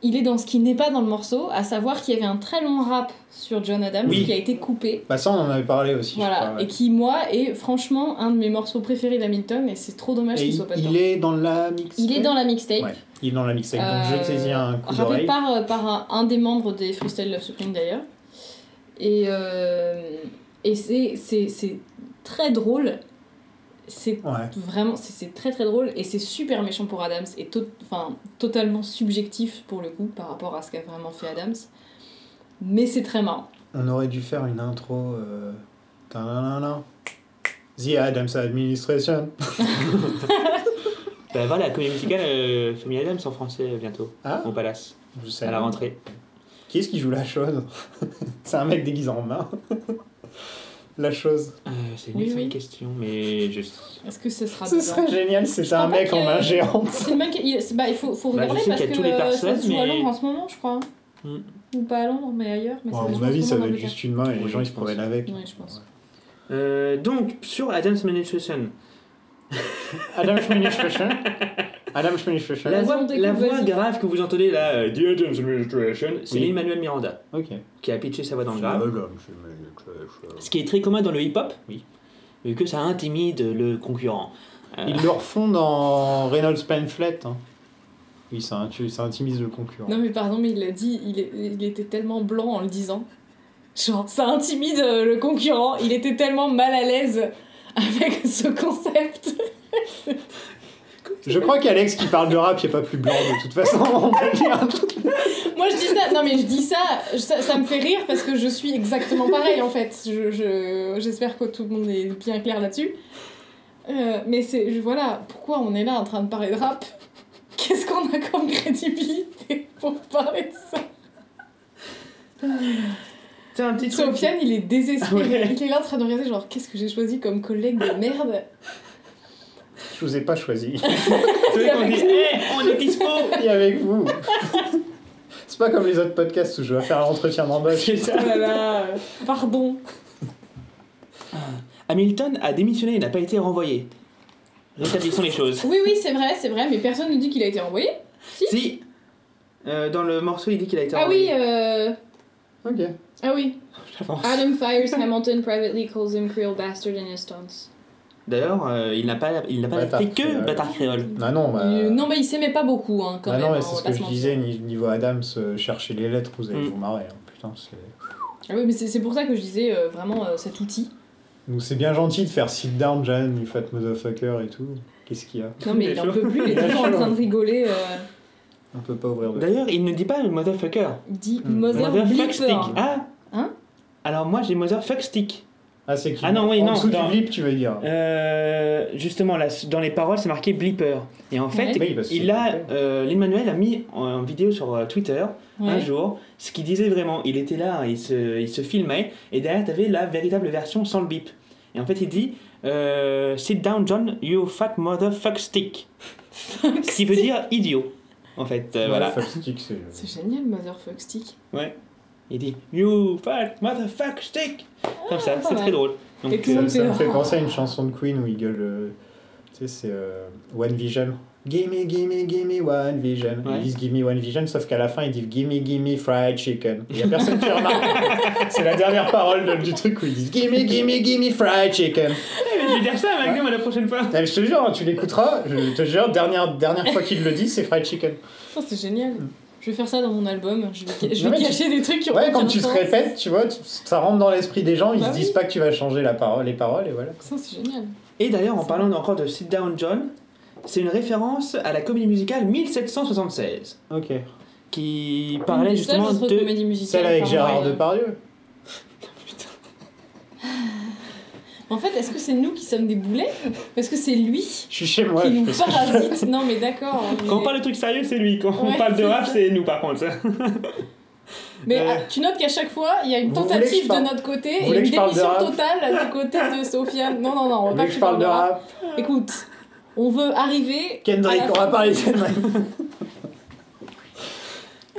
Speaker 3: Il est dans ce qui n'est pas dans le morceau, à savoir qu'il y avait un très long rap sur John Adams
Speaker 2: Oui.
Speaker 3: qui a été coupé.
Speaker 4: Bah, ça, on en avait parlé aussi. je
Speaker 3: Voilà,
Speaker 4: crois, ouais.
Speaker 3: et qui, moi, est franchement un de mes morceaux préférés d'Hamilton, et c'est trop dommage
Speaker 4: Et
Speaker 3: qu'il
Speaker 4: il,
Speaker 3: soit pas
Speaker 4: il
Speaker 3: dedans.
Speaker 4: est dans la mixtape.
Speaker 3: Il est dans la mixtape.
Speaker 4: Ouais, il est dans la mixtape. Donc,
Speaker 3: Euh,
Speaker 4: jetez-y un coup
Speaker 3: rappelé
Speaker 4: d'oreille.
Speaker 3: par, euh, par un, un des membres des Freestyle Love Supreme d'ailleurs. Et, euh, et c'est- c'est c'est très drôle. C'est
Speaker 4: Ouais.
Speaker 3: vraiment c'est- c'est très très drôle et c'est super méchant pour Adams et to- enfin, totalement subjectif pour le coup par rapport à ce qu'a vraiment fait Adams. Mais c'est très marrant.
Speaker 4: On aurait dû faire une intro. Euh... tadadadada. The Adams Administration.
Speaker 2: Ben voilà, comédie musicale, euh, Family Adams en français euh, bientôt
Speaker 4: Ah, Ben
Speaker 2: au Palace
Speaker 4: je sais.
Speaker 2: à la rentrée.
Speaker 4: Qui est-ce qui joue la chose C'est un mec déguisé en main. la chose.
Speaker 2: Euh, c'est une
Speaker 3: Oui,
Speaker 2: excellente
Speaker 3: oui.
Speaker 2: question, mais je.
Speaker 3: Est-ce que ce sera
Speaker 4: Ce
Speaker 3: dedans
Speaker 4: serait génial si c'était
Speaker 3: crois
Speaker 4: un
Speaker 3: pas
Speaker 4: mec en
Speaker 3: que-
Speaker 4: main géante.
Speaker 3: C'est le mec il, c'est- bah, il faut, faut
Speaker 2: Bah, je
Speaker 3: regarder
Speaker 2: sais
Speaker 3: parce
Speaker 2: qu'il y a
Speaker 3: que
Speaker 2: tous les
Speaker 3: euh, ça
Speaker 2: personnes,
Speaker 3: se joue à
Speaker 2: mais-
Speaker 3: Londres en ce moment je crois.
Speaker 2: Hmm.
Speaker 3: Ou pas à Londres mais ailleurs. Mais
Speaker 4: Bon,
Speaker 3: ça
Speaker 4: à
Speaker 3: se
Speaker 4: mon
Speaker 3: joue en
Speaker 4: avis,
Speaker 3: ce
Speaker 4: ça
Speaker 3: moment
Speaker 4: va
Speaker 3: en
Speaker 4: être
Speaker 3: Angleterre.
Speaker 4: juste une main et
Speaker 2: Oui,
Speaker 4: les gens ils
Speaker 2: je
Speaker 4: se
Speaker 2: pense.
Speaker 4: promènent avec.
Speaker 3: Ouais, je pense.
Speaker 2: Euh, donc sur Adams Administration,
Speaker 4: Adam Schminisfischen. Adam Schminisfischen.
Speaker 2: la
Speaker 3: Vas-y,
Speaker 2: voix,
Speaker 3: on t'écoute,
Speaker 2: la voix
Speaker 3: vas-y.
Speaker 2: grave que vous entendez là, euh, The Adams Administration, c'est
Speaker 4: Oui.
Speaker 2: Emmanuel Miranda
Speaker 4: Ok.
Speaker 2: qui a pitché sa voix dans le grave.
Speaker 4: Adam Schminisfischen.
Speaker 2: Ce qui est très commun dans le hip-hop,
Speaker 4: Oui.
Speaker 2: vu que ça intimide le concurrent. Euh,
Speaker 4: Ils le refont dans Reynolds Penflet. hein. Oui, ça, intu- ça intimise le concurrent.
Speaker 3: Non mais pardon, mais il l'a dit, il, est- il était tellement blanc en le disant. Genre, ça intimide euh, le concurrent, il était tellement mal à l'aise avec ce concept.
Speaker 4: Je crois qu'Alex qui parle de rap, il est pas plus blanc de toute façon. on peut dire.
Speaker 3: Moi je dis ça, non mais je dis ça, ça, ça me fait rire parce que je suis exactement pareil en fait. J'espère je, j'espère que tout le monde est bien clair là-dessus. Euh, mais c'est, je- voilà, pourquoi on est là en train de parler de rap Qu'est-ce qu'on a comme crédibilité pour parler de ça
Speaker 2: C'est un petit truc.
Speaker 3: Sofiane, il est désespéré.
Speaker 2: Ah ouais.
Speaker 3: Il est là en train de regarder, genre, qu'est-ce que j'ai choisi comme collègue de merde
Speaker 4: Je vous ai pas choisi.
Speaker 2: C'est vrai qu'on dit,
Speaker 3: avec
Speaker 2: Hey, on est dispo
Speaker 4: Et avec vous. C'est pas comme les autres podcasts où je vais faire l'entretien d'embauche.
Speaker 2: C'est ça.
Speaker 3: Oh là là, euh, pardon.
Speaker 2: Hamilton a démissionné, il n'a pas été renvoyé. Rétablissons les choses.
Speaker 3: Oui, oui, c'est vrai, c'est vrai, mais personne ne dit qu'il a été envoyé.
Speaker 2: Si Euh, Dans le morceau, il dit qu'il a été
Speaker 3: Ah oui,
Speaker 2: renvoyé.
Speaker 3: euh...
Speaker 4: Ok.
Speaker 3: Ah oui.
Speaker 2: J'avance.
Speaker 3: Adam fires Hamilton privately calls him Creole bastard and his taunts.
Speaker 2: D'ailleurs, euh, il n'a pas, il n'a pas
Speaker 4: Bâtard
Speaker 2: adapté que
Speaker 4: créole.
Speaker 2: Bâtard Créole.
Speaker 4: Ah non, bah.
Speaker 3: Euh, non, mais il s'aimait pas beaucoup, hein, quand
Speaker 4: Ah
Speaker 3: même.
Speaker 4: non,
Speaker 3: hein,
Speaker 4: mais
Speaker 3: on
Speaker 4: c'est ce
Speaker 3: va
Speaker 4: que
Speaker 3: pas
Speaker 4: je
Speaker 3: se
Speaker 4: disais,
Speaker 3: mentir.
Speaker 4: ni- niveau Adams, euh, cherchez les lettres, vous allez
Speaker 2: Mm.
Speaker 4: vous marrer. hein. Putain, c'est.
Speaker 3: Ah oui, mais c'est c'est pour ça que je disais euh, vraiment euh, cet outil.
Speaker 4: Donc c'est bien gentil de faire sit down, Jan, you fat motherfucker et tout. Qu'est-ce qu'il y a
Speaker 3: Non, mais il en peut plus, il est toujours en train de rigoler. euh,
Speaker 4: On peut pas ouvrir de.
Speaker 2: D'ailleurs, il ne dit pas motherfucker.
Speaker 3: Il dit
Speaker 4: Mm.
Speaker 3: Mother
Speaker 2: Motherfuck stick.
Speaker 3: Bleeper.
Speaker 2: Ah
Speaker 3: Hein
Speaker 2: Alors moi, j'ai motherfuck stick.
Speaker 4: Ah, c'est qui
Speaker 2: Ah non, oui,
Speaker 4: en
Speaker 2: non,
Speaker 4: dessous
Speaker 2: non.
Speaker 4: du blip, tu veux dire.
Speaker 2: Euh, justement, là, dans les paroles, c'est marqué bleeper. Et en fait,
Speaker 3: Ouais.
Speaker 4: Oui, parce que
Speaker 2: il
Speaker 4: c'est
Speaker 2: a,
Speaker 4: parfait.
Speaker 2: euh, Lin-Manuel a mis en vidéo sur euh, Twitter un
Speaker 3: Ouais.
Speaker 2: jour ce qu'il disait vraiment. Il était là, il se, il se filmait, et derrière, t'avais la véritable version sans le bip. Et en fait, il dit euh, Sit down, John, you fat motherfuck stick.
Speaker 4: hein,
Speaker 2: ce qui veut dire idiot, en fait. euh,
Speaker 4: Ouais,
Speaker 2: voilà.
Speaker 4: fuck stick, c'est.
Speaker 3: C'est génial, Motherfuck Stick.
Speaker 2: Il dit You fat motherfuck stick Comme ça,
Speaker 3: pas
Speaker 2: c'est
Speaker 3: mal.
Speaker 2: très drôle. Donc,
Speaker 3: Et tout
Speaker 2: euh,
Speaker 3: le
Speaker 4: Ça, ça
Speaker 3: monde
Speaker 4: me
Speaker 3: fait-
Speaker 4: fait penser à une chanson de Queen où il gueule. euh, Tu sais, c'est euh, One Vision. Gimme, gimme, gimme One Vision.
Speaker 2: Ouais.
Speaker 4: Ils disent Gimme One Vision, sauf qu'à la fin, ils disent Gimme, gimme Fried Chicken. Il n'y a personne qui remarque. c'est la dernière parole de- du truc où ils disent Gimme, gimme, gimme Fried Chicken.
Speaker 2: Je vais dire ça à Magnum à la prochaine fois.
Speaker 4: Ah, mais je te jure, hein, tu l'écouteras. Je te jure, dernière, dernière fois qu'il le dit, c'est Fried Chicken.
Speaker 3: Oh, c'est génial. Je vais faire ça dans mon album. Je vais, je
Speaker 4: Mm. Non,
Speaker 3: vais
Speaker 4: mais
Speaker 3: cacher des trucs qui
Speaker 4: Ouais,
Speaker 3: ont
Speaker 4: quand
Speaker 3: aucun
Speaker 4: tu te
Speaker 3: sens.
Speaker 4: répètes, tu vois, tu- ça rentre dans l'esprit des gens. Ils
Speaker 3: Bah
Speaker 4: se disent
Speaker 3: oui.
Speaker 4: pas que tu vas changer la parole, les paroles, et voilà.
Speaker 3: Ça, c'est génial.
Speaker 2: Et d'ailleurs, en parlant encore de Sit Down John, c'est une référence à la comédie musicale 1776
Speaker 4: Ok.
Speaker 2: qui parlait
Speaker 3: Mais ça,
Speaker 2: justement
Speaker 3: je trouve
Speaker 2: de.
Speaker 3: comédie musicale,
Speaker 4: Celle avec
Speaker 3: pardon,
Speaker 4: Gérard
Speaker 3: ouais.
Speaker 4: Depardieu.
Speaker 3: En fait, est-ce que c'est nous qui sommes des boulets Parce que c'est lui
Speaker 4: Je suis chez moi.
Speaker 3: qui
Speaker 4: je
Speaker 3: nous
Speaker 4: fais ça.
Speaker 3: parasite. Non, mais d'accord. mais-
Speaker 2: Quand on parle de trucs sérieux, c'est lui. Quand on
Speaker 3: Ouais,
Speaker 2: parle de
Speaker 3: c'est
Speaker 2: rap,
Speaker 3: ça.
Speaker 2: c'est nous par contre.
Speaker 3: Mais
Speaker 2: Euh,
Speaker 3: ah, tu notes qu'à chaque fois, il y a une
Speaker 4: vous voulez que je
Speaker 3: tentative de
Speaker 4: parle-
Speaker 3: notre côté
Speaker 4: vous
Speaker 3: et
Speaker 4: voulez
Speaker 3: une
Speaker 4: que je parle de
Speaker 3: démission
Speaker 4: rap
Speaker 3: totale du côté de Sofiane. Non, non, non, on va
Speaker 4: Mais
Speaker 3: pas
Speaker 4: que
Speaker 3: que
Speaker 4: je
Speaker 3: tu
Speaker 4: parle de
Speaker 3: parles
Speaker 4: rap.
Speaker 3: Écoute, on veut arriver.
Speaker 4: Kendrick,
Speaker 3: à la
Speaker 4: on va
Speaker 3: fin.
Speaker 4: parler de Kendrick.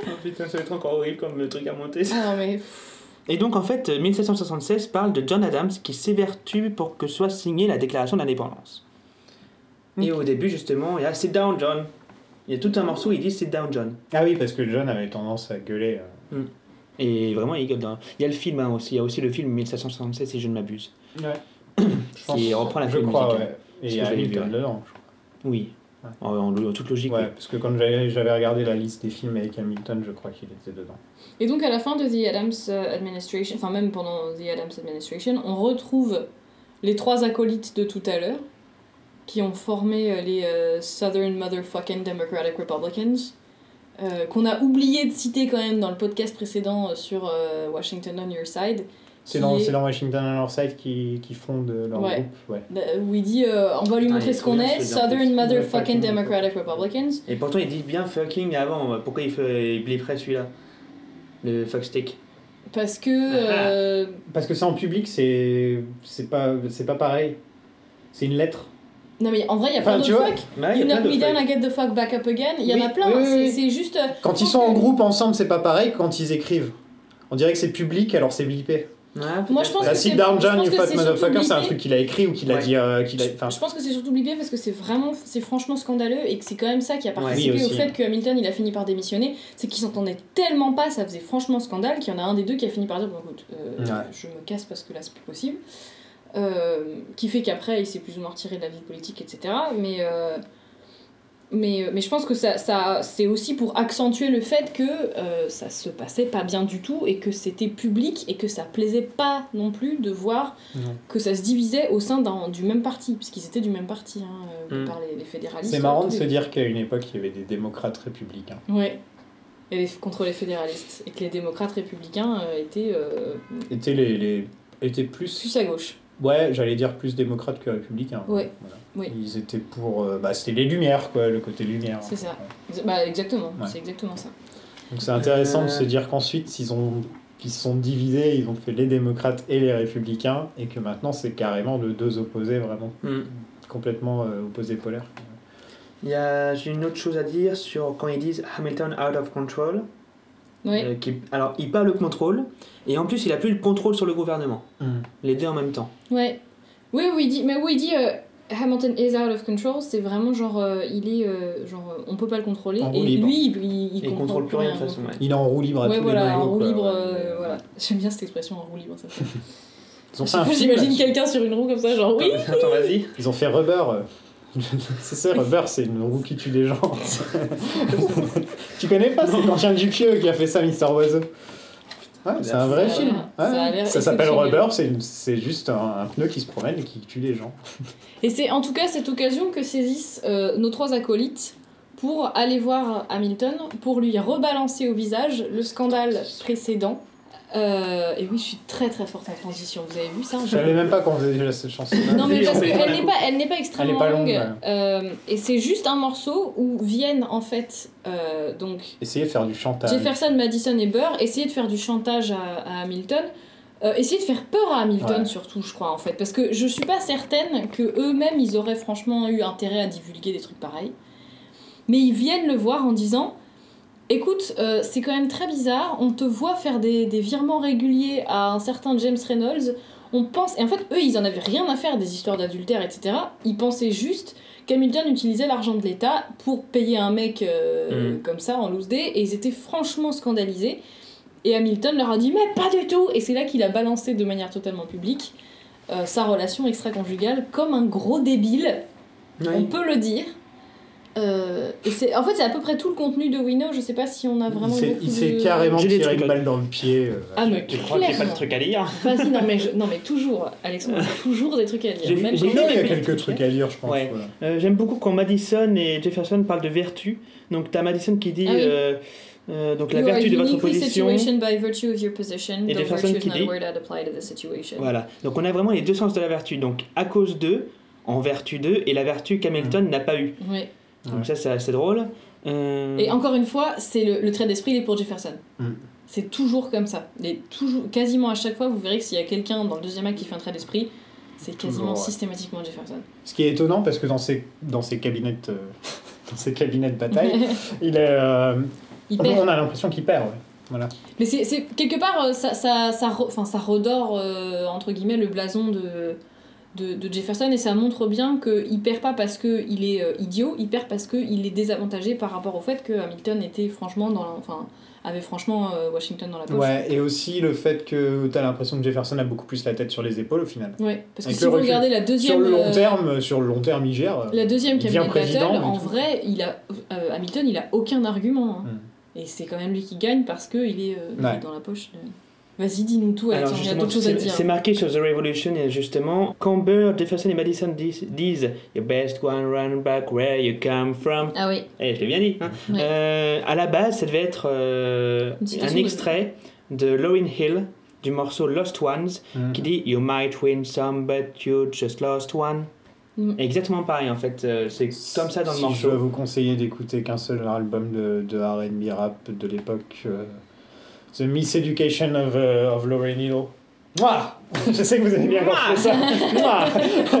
Speaker 2: Oh putain, ça va être encore horrible comme le truc à monter.
Speaker 3: Ah non, mais. pff,
Speaker 2: Et donc en fait, 1776 parle de John Adams qui s'évertue pour que soit signée la déclaration d'indépendance. Et au début, justement, il y a Sit Down John. Il y a tout un morceau où il dit Sit Down John.
Speaker 4: Ah oui, parce que John avait tendance à gueuler. euh.
Speaker 2: Et vraiment, il gueule dans- Il y a le film hein, aussi. Il y a aussi le film 1776, si je ne m'abuse.
Speaker 4: Je
Speaker 2: Qui reprend la
Speaker 4: je
Speaker 2: comédie
Speaker 4: crois,
Speaker 2: musicale.
Speaker 4: ouais.
Speaker 2: Parce
Speaker 4: Et
Speaker 2: que je l'ai
Speaker 4: Hamilton
Speaker 2: vu,
Speaker 4: dedans. je
Speaker 2: Oui.
Speaker 4: Ouais.
Speaker 2: En, en- en toute logique.
Speaker 4: crois.
Speaker 2: oui.
Speaker 4: Ouais, parce que quand j'avais j'avais regardé la liste des films avec Hamilton, je crois qu'il était dedans.
Speaker 3: Et donc à la fin de The Adams euh, Administration, enfin même pendant The Adams Administration, on retrouve les trois acolytes de tout à l'heure qui ont formé euh, les euh, Southern Motherfucking Democratic Republicans. euh, qu'on a oublié de citer quand même dans le podcast précédent euh, sur euh, Washington on Your Side,
Speaker 4: C'est
Speaker 3: Qui
Speaker 4: dans,
Speaker 3: est-
Speaker 4: c'est dans Washington and Northside qui, qui fonde leur
Speaker 3: Ouais.
Speaker 4: groupe. Ouais.
Speaker 3: euh, où il dit euh, on va lui
Speaker 2: Putain, il
Speaker 3: montrer
Speaker 2: est
Speaker 3: ce
Speaker 2: trop
Speaker 3: qu'on
Speaker 2: bien,
Speaker 3: est,
Speaker 2: ce gars, en
Speaker 3: Southern
Speaker 2: plus.
Speaker 3: Motherfucking
Speaker 4: Motherfucking
Speaker 3: Democratic Republicans.
Speaker 2: Et pourtant, il dit bien fucking avant. hein. Pourquoi il, fait, il blipperait celui-là Le fuck stick.
Speaker 3: Parce que. euh,
Speaker 4: Parce que c'est en public, c'est c'est pas, c'est pas pareil. C'est une lettre.
Speaker 3: non mais en vrai, il y a
Speaker 4: Enfin,
Speaker 3: plein
Speaker 4: tu
Speaker 3: d'autres
Speaker 4: vois,
Speaker 3: fuck.
Speaker 2: Ouais,
Speaker 3: You
Speaker 2: il y a
Speaker 3: knock
Speaker 2: plein
Speaker 3: me
Speaker 2: de
Speaker 3: down,
Speaker 2: fuck.
Speaker 3: I get the fuck back up again. Il y en a
Speaker 4: Oui,
Speaker 3: plein.
Speaker 4: oui, oui,
Speaker 3: c'est-
Speaker 4: oui.
Speaker 3: C'est juste. euh,
Speaker 4: Quand ils sont en groupe ensemble, c'est pas pareil. que Quand ils écrivent, on dirait que c'est public, alors c'est blippé.
Speaker 2: Ouais,
Speaker 3: Moi, je pense
Speaker 4: La
Speaker 3: que c'est-
Speaker 4: sit down
Speaker 3: je
Speaker 4: John,
Speaker 3: pense
Speaker 4: you
Speaker 3: que
Speaker 4: fat
Speaker 3: c'est surtout
Speaker 4: motherfucker, c'est un
Speaker 3: blippé.
Speaker 4: truc qu'il a écrit ou qu'il a
Speaker 2: Ouais.
Speaker 4: dit. euh, qu'il a- enfin,
Speaker 3: Je pense que c'est surtout oublié parce que c'est vraiment, c'est franchement scandaleux et que c'est quand même ça qui a
Speaker 2: Ouais.
Speaker 3: participé
Speaker 4: Oui,
Speaker 3: au
Speaker 4: aussi.
Speaker 3: fait que Hamilton il a fini par démissionner, c'est qu'ils s'entendaient tellement pas, ça faisait franchement scandale qu'il y en a un des deux qui a fini par dire bon écoute, euh,
Speaker 4: Ouais.
Speaker 3: je me casse parce que là c'est plus possible, Euh, qui fait qu'après il s'est plus ou moins retiré de la vie politique etc. Mais euh, mais, euh, mais je pense que ça, ça c'est aussi pour accentuer le fait que euh, ça se passait pas bien du tout et que c'était public et que ça plaisait pas non plus de voir
Speaker 4: Non.
Speaker 3: que ça se divisait au sein d'un- du même parti, parce qu'ils étaient du même parti, hein, euh,
Speaker 2: Mm.
Speaker 3: par les, les fédéralistes.
Speaker 4: c'est marrant de
Speaker 3: tous
Speaker 4: se
Speaker 3: les-
Speaker 4: dire qu'à une époque, il y avait des démocrates républicains.
Speaker 3: Ouais. Et les- contre les fédéralistes. Et que les démocrates républicains euh, étaient euh,
Speaker 4: Étaient les, les- étaient plus
Speaker 3: plus à gauche.
Speaker 4: Ouais, j'allais dire plus démocrate que républicain.
Speaker 3: Ouais.
Speaker 4: Voilà.
Speaker 3: Oui.
Speaker 4: Ils étaient pour. euh, bah, c'était les Lumières, quoi, le côté Lumière.
Speaker 3: C'est ça. Bah, exactement,
Speaker 4: Ouais.
Speaker 3: c'est exactement ça.
Speaker 4: Donc c'est intéressant
Speaker 2: Euh.
Speaker 4: de se dire qu'ensuite, ils ont. Ils se sont divisés, ils ont fait les démocrates et les républicains, et que maintenant c'est carrément de deux opposés vraiment
Speaker 2: Hmm.
Speaker 4: complètement euh, opposés polaires.
Speaker 2: Il y a- J'ai une autre chose à dire sur quand ils disent Hamilton out of control.
Speaker 3: Ouais.
Speaker 2: Euh, qui- alors, il perd le contrôle, et en plus, il a plus le contrôle sur le gouvernement.
Speaker 4: Hmm.
Speaker 2: Les deux en même temps.
Speaker 3: Ouais. Oui, oui, il dit, mais oui, il dit euh, Hamilton is out of control, c'est vraiment genre, euh, il est, euh, genre, euh, on peut pas le contrôler.
Speaker 4: En roue
Speaker 3: et
Speaker 4: libre.
Speaker 3: lui, il, il, il
Speaker 2: Il contrôle plus rien de toute façon. ouais.
Speaker 4: Il est en roue libre à
Speaker 3: Ouais,
Speaker 4: tous les
Speaker 3: voilà,
Speaker 4: niveaux,
Speaker 3: en roue
Speaker 4: quoi.
Speaker 3: libre, euh,
Speaker 4: Mais, euh,
Speaker 3: voilà. J'aime bien cette expression en roue libre. Ça. fait-
Speaker 4: Ils ont fait un film,
Speaker 3: J'imagine quelqu'un sur une roue comme ça, genre oui.
Speaker 2: Attends, vas-y.
Speaker 4: ils ont fait Rubber. euh. c'est ça, Rubber, c'est une roue qui tue des gens. tu connais pas, c'est Quentin Dupieux qui a fait ça, Mister Oiseau. Ouais, c'est un vrai
Speaker 3: Ça a
Speaker 4: film.
Speaker 3: l'air-
Speaker 4: Ouais.
Speaker 3: ça a l'air
Speaker 4: Ça s'appelle
Speaker 3: exceptionnel.
Speaker 4: Rubber, c'est une- c'est juste un, un pneu qui se promène et qui tue les gens.
Speaker 3: Et c'est en tout cas cette occasion que saisissent euh, nos trois acolytes pour aller voir Hamilton, pour lui rebalancer au visage le scandale précédent. Euh, et oui, je suis très très forte en transition, vous avez vu ça
Speaker 4: Je savais même pas qu'on faisait déjà cette chanson.
Speaker 3: Non mais
Speaker 2: Oui,
Speaker 3: parce
Speaker 2: on fait pas
Speaker 3: qu'elle
Speaker 2: la
Speaker 3: n'est
Speaker 2: coupe.
Speaker 3: pas, elle n'est pas extrêmement
Speaker 4: pas
Speaker 3: longue.
Speaker 4: longue, ouais.
Speaker 3: Euh, et c'est juste un morceau où viennent en fait euh, donc
Speaker 4: Essayez de faire du chantage.
Speaker 3: Jefferson, Madison et Burr essayer de faire du chantage à, à Hamilton, euh, essayer de faire peur à Hamilton
Speaker 4: Ouais.
Speaker 3: surtout, je crois en fait, parce que je suis pas certaine que eux-mêmes ils auraient franchement eu intérêt à divulguer des trucs pareils. Mais ils viennent le voir en disant, écoute, euh, c'est quand même très bizarre, on te voit faire des, des virements réguliers à un certain James Reynolds. on pense. Et en fait, eux, ils en avaient rien à faire des histoires d'adultère, etc. Ils pensaient juste qu'Hamilton utilisait l'argent de l'État pour payer un mec euh,
Speaker 2: Mhm.
Speaker 3: comme ça en loose day, et ils étaient franchement scandalisés. Et Hamilton leur a dit, mais pas du tout Et c'est là qu'il a balancé de manière totalement publique euh, sa relation extra-conjugale comme un gros débile. On peut le dire. Euh, et c'est, en fait, c'est à peu près tout le contenu de Winnow. Je sais pas si on a
Speaker 4: Il
Speaker 3: vraiment.
Speaker 4: s'est-
Speaker 3: beaucoup
Speaker 4: il s'est
Speaker 3: de-
Speaker 4: carrément
Speaker 2: J'ai des
Speaker 4: tiré
Speaker 2: trucs,
Speaker 4: une
Speaker 2: là.
Speaker 4: balle dans le pied. euh,
Speaker 3: Ah, mais
Speaker 2: Je crois qu'il n'y a pas de
Speaker 3: clairement.
Speaker 2: truc à lire.
Speaker 3: Vas-y, non mais, je- non, mais toujours, Alexandre, toujours des trucs à dire.
Speaker 2: J'ai vu-
Speaker 3: Même
Speaker 2: j'ai
Speaker 3: quand-
Speaker 2: vu-
Speaker 4: Non, il y a
Speaker 2: mais-
Speaker 4: quelques trucs à lire, je pense.
Speaker 2: Ouais.
Speaker 4: voilà.
Speaker 2: Euh, J'aime beaucoup quand Madison et Jefferson parlent de vertu. Donc t'as Madison qui dit
Speaker 3: Ah oui.
Speaker 2: euh, euh, donc la
Speaker 3: You are
Speaker 2: vertu de votre
Speaker 3: uniquely
Speaker 2: position.
Speaker 3: situated by virtue of your position,
Speaker 2: Et
Speaker 3: though
Speaker 2: des
Speaker 3: virtue
Speaker 2: personnes
Speaker 3: is
Speaker 2: qui
Speaker 3: not a
Speaker 2: disent-
Speaker 3: word that apply to the situation.
Speaker 2: Voilà. Donc on a vraiment les deux sens de la vertu. Donc à cause d'eux, en vertu d'eux, et la vertu qu'Hamilton n'a pas eu.
Speaker 3: Ouais.
Speaker 2: Donc
Speaker 4: Ouais.
Speaker 2: ça c'est assez drôle. Euh,
Speaker 3: Et encore une fois, c'est le, le trait d'esprit, il est pour Jefferson.
Speaker 4: Mm.
Speaker 3: C'est toujours comme ça. Et toujours, quasiment à chaque fois, vous verrez que s'il y a quelqu'un dans le deuxième acte qui fait un trait d'esprit, c'est quasiment
Speaker 4: Toujours, ouais.
Speaker 3: systématiquement Jefferson.
Speaker 4: Ce qui est étonnant, parce que dans ces, dans ces cabinets de, dans ces cabinets de bataille, il est, euh,
Speaker 3: Il
Speaker 4: on,
Speaker 3: perd.
Speaker 4: on a l'impression qu'il perd. ouais. Voilà.
Speaker 3: Mais c'est, c'est- quelque part, euh, ça, ça, ça, re- enfin, ça redore, euh, entre guillemets, le blason de, de, de Jefferson et ça montre bien qu'il perd pas parce qu'il est euh, idiot, il perd parce qu'il est désavantagé par rapport au fait que Hamilton était franchement dans la- enfin, avait franchement euh, Washington dans la poche.
Speaker 4: Ouais, et aussi le fait que tu as l'impression que Jefferson a beaucoup plus la tête sur les épaules au final.
Speaker 3: Ouais, parce que
Speaker 4: Avec
Speaker 3: si
Speaker 4: le
Speaker 3: vous
Speaker 4: recul.
Speaker 3: regardez la
Speaker 4: Sur
Speaker 3: deuxième,
Speaker 4: le long
Speaker 3: euh,
Speaker 4: terme, sur le long terme, il gère. euh,
Speaker 3: la deuxième
Speaker 4: il devient
Speaker 3: cabinet
Speaker 4: président,
Speaker 3: battle,
Speaker 4: mais
Speaker 3: en
Speaker 4: tout.
Speaker 3: vrai, il a, euh, Hamilton, il a aucun argument. hein.
Speaker 4: Hmm.
Speaker 3: Et c'est quand même lui qui gagne parce qu'il est, euh, il est
Speaker 4: Ouais.
Speaker 3: dans la poche. de- Vas-y, dis-nous tout,
Speaker 2: alors
Speaker 3: Alexandre, il y a
Speaker 2: justement,
Speaker 3: d'autres choses à
Speaker 2: c'est
Speaker 3: dire.
Speaker 2: c'est marqué sur The Revolution et justement Camber, Jefferson et Madison dis- disent You best one run back where you come from.
Speaker 3: Ah oui.
Speaker 2: Eh, je l'ai bien dit. hein.
Speaker 3: Ouais.
Speaker 2: Euh, à la base, ça devait être euh,
Speaker 3: Une citation
Speaker 2: un
Speaker 3: de-
Speaker 2: extrait de Lauryn Hill du morceau Lost Ones
Speaker 4: Mm.
Speaker 2: qui dit You might win some, but you just lost one.
Speaker 3: Mm.
Speaker 2: Exactement pareil en fait, euh, c'est comme ça dans le
Speaker 4: si Je
Speaker 2: morceau.
Speaker 4: dois vous conseiller d'écouter qu'un seul album de, de RB rap de l'époque, euh, The Miseducation of, euh, of Lauryn Hill. Mouah Je sais que vous avez bien compris ça. Mouah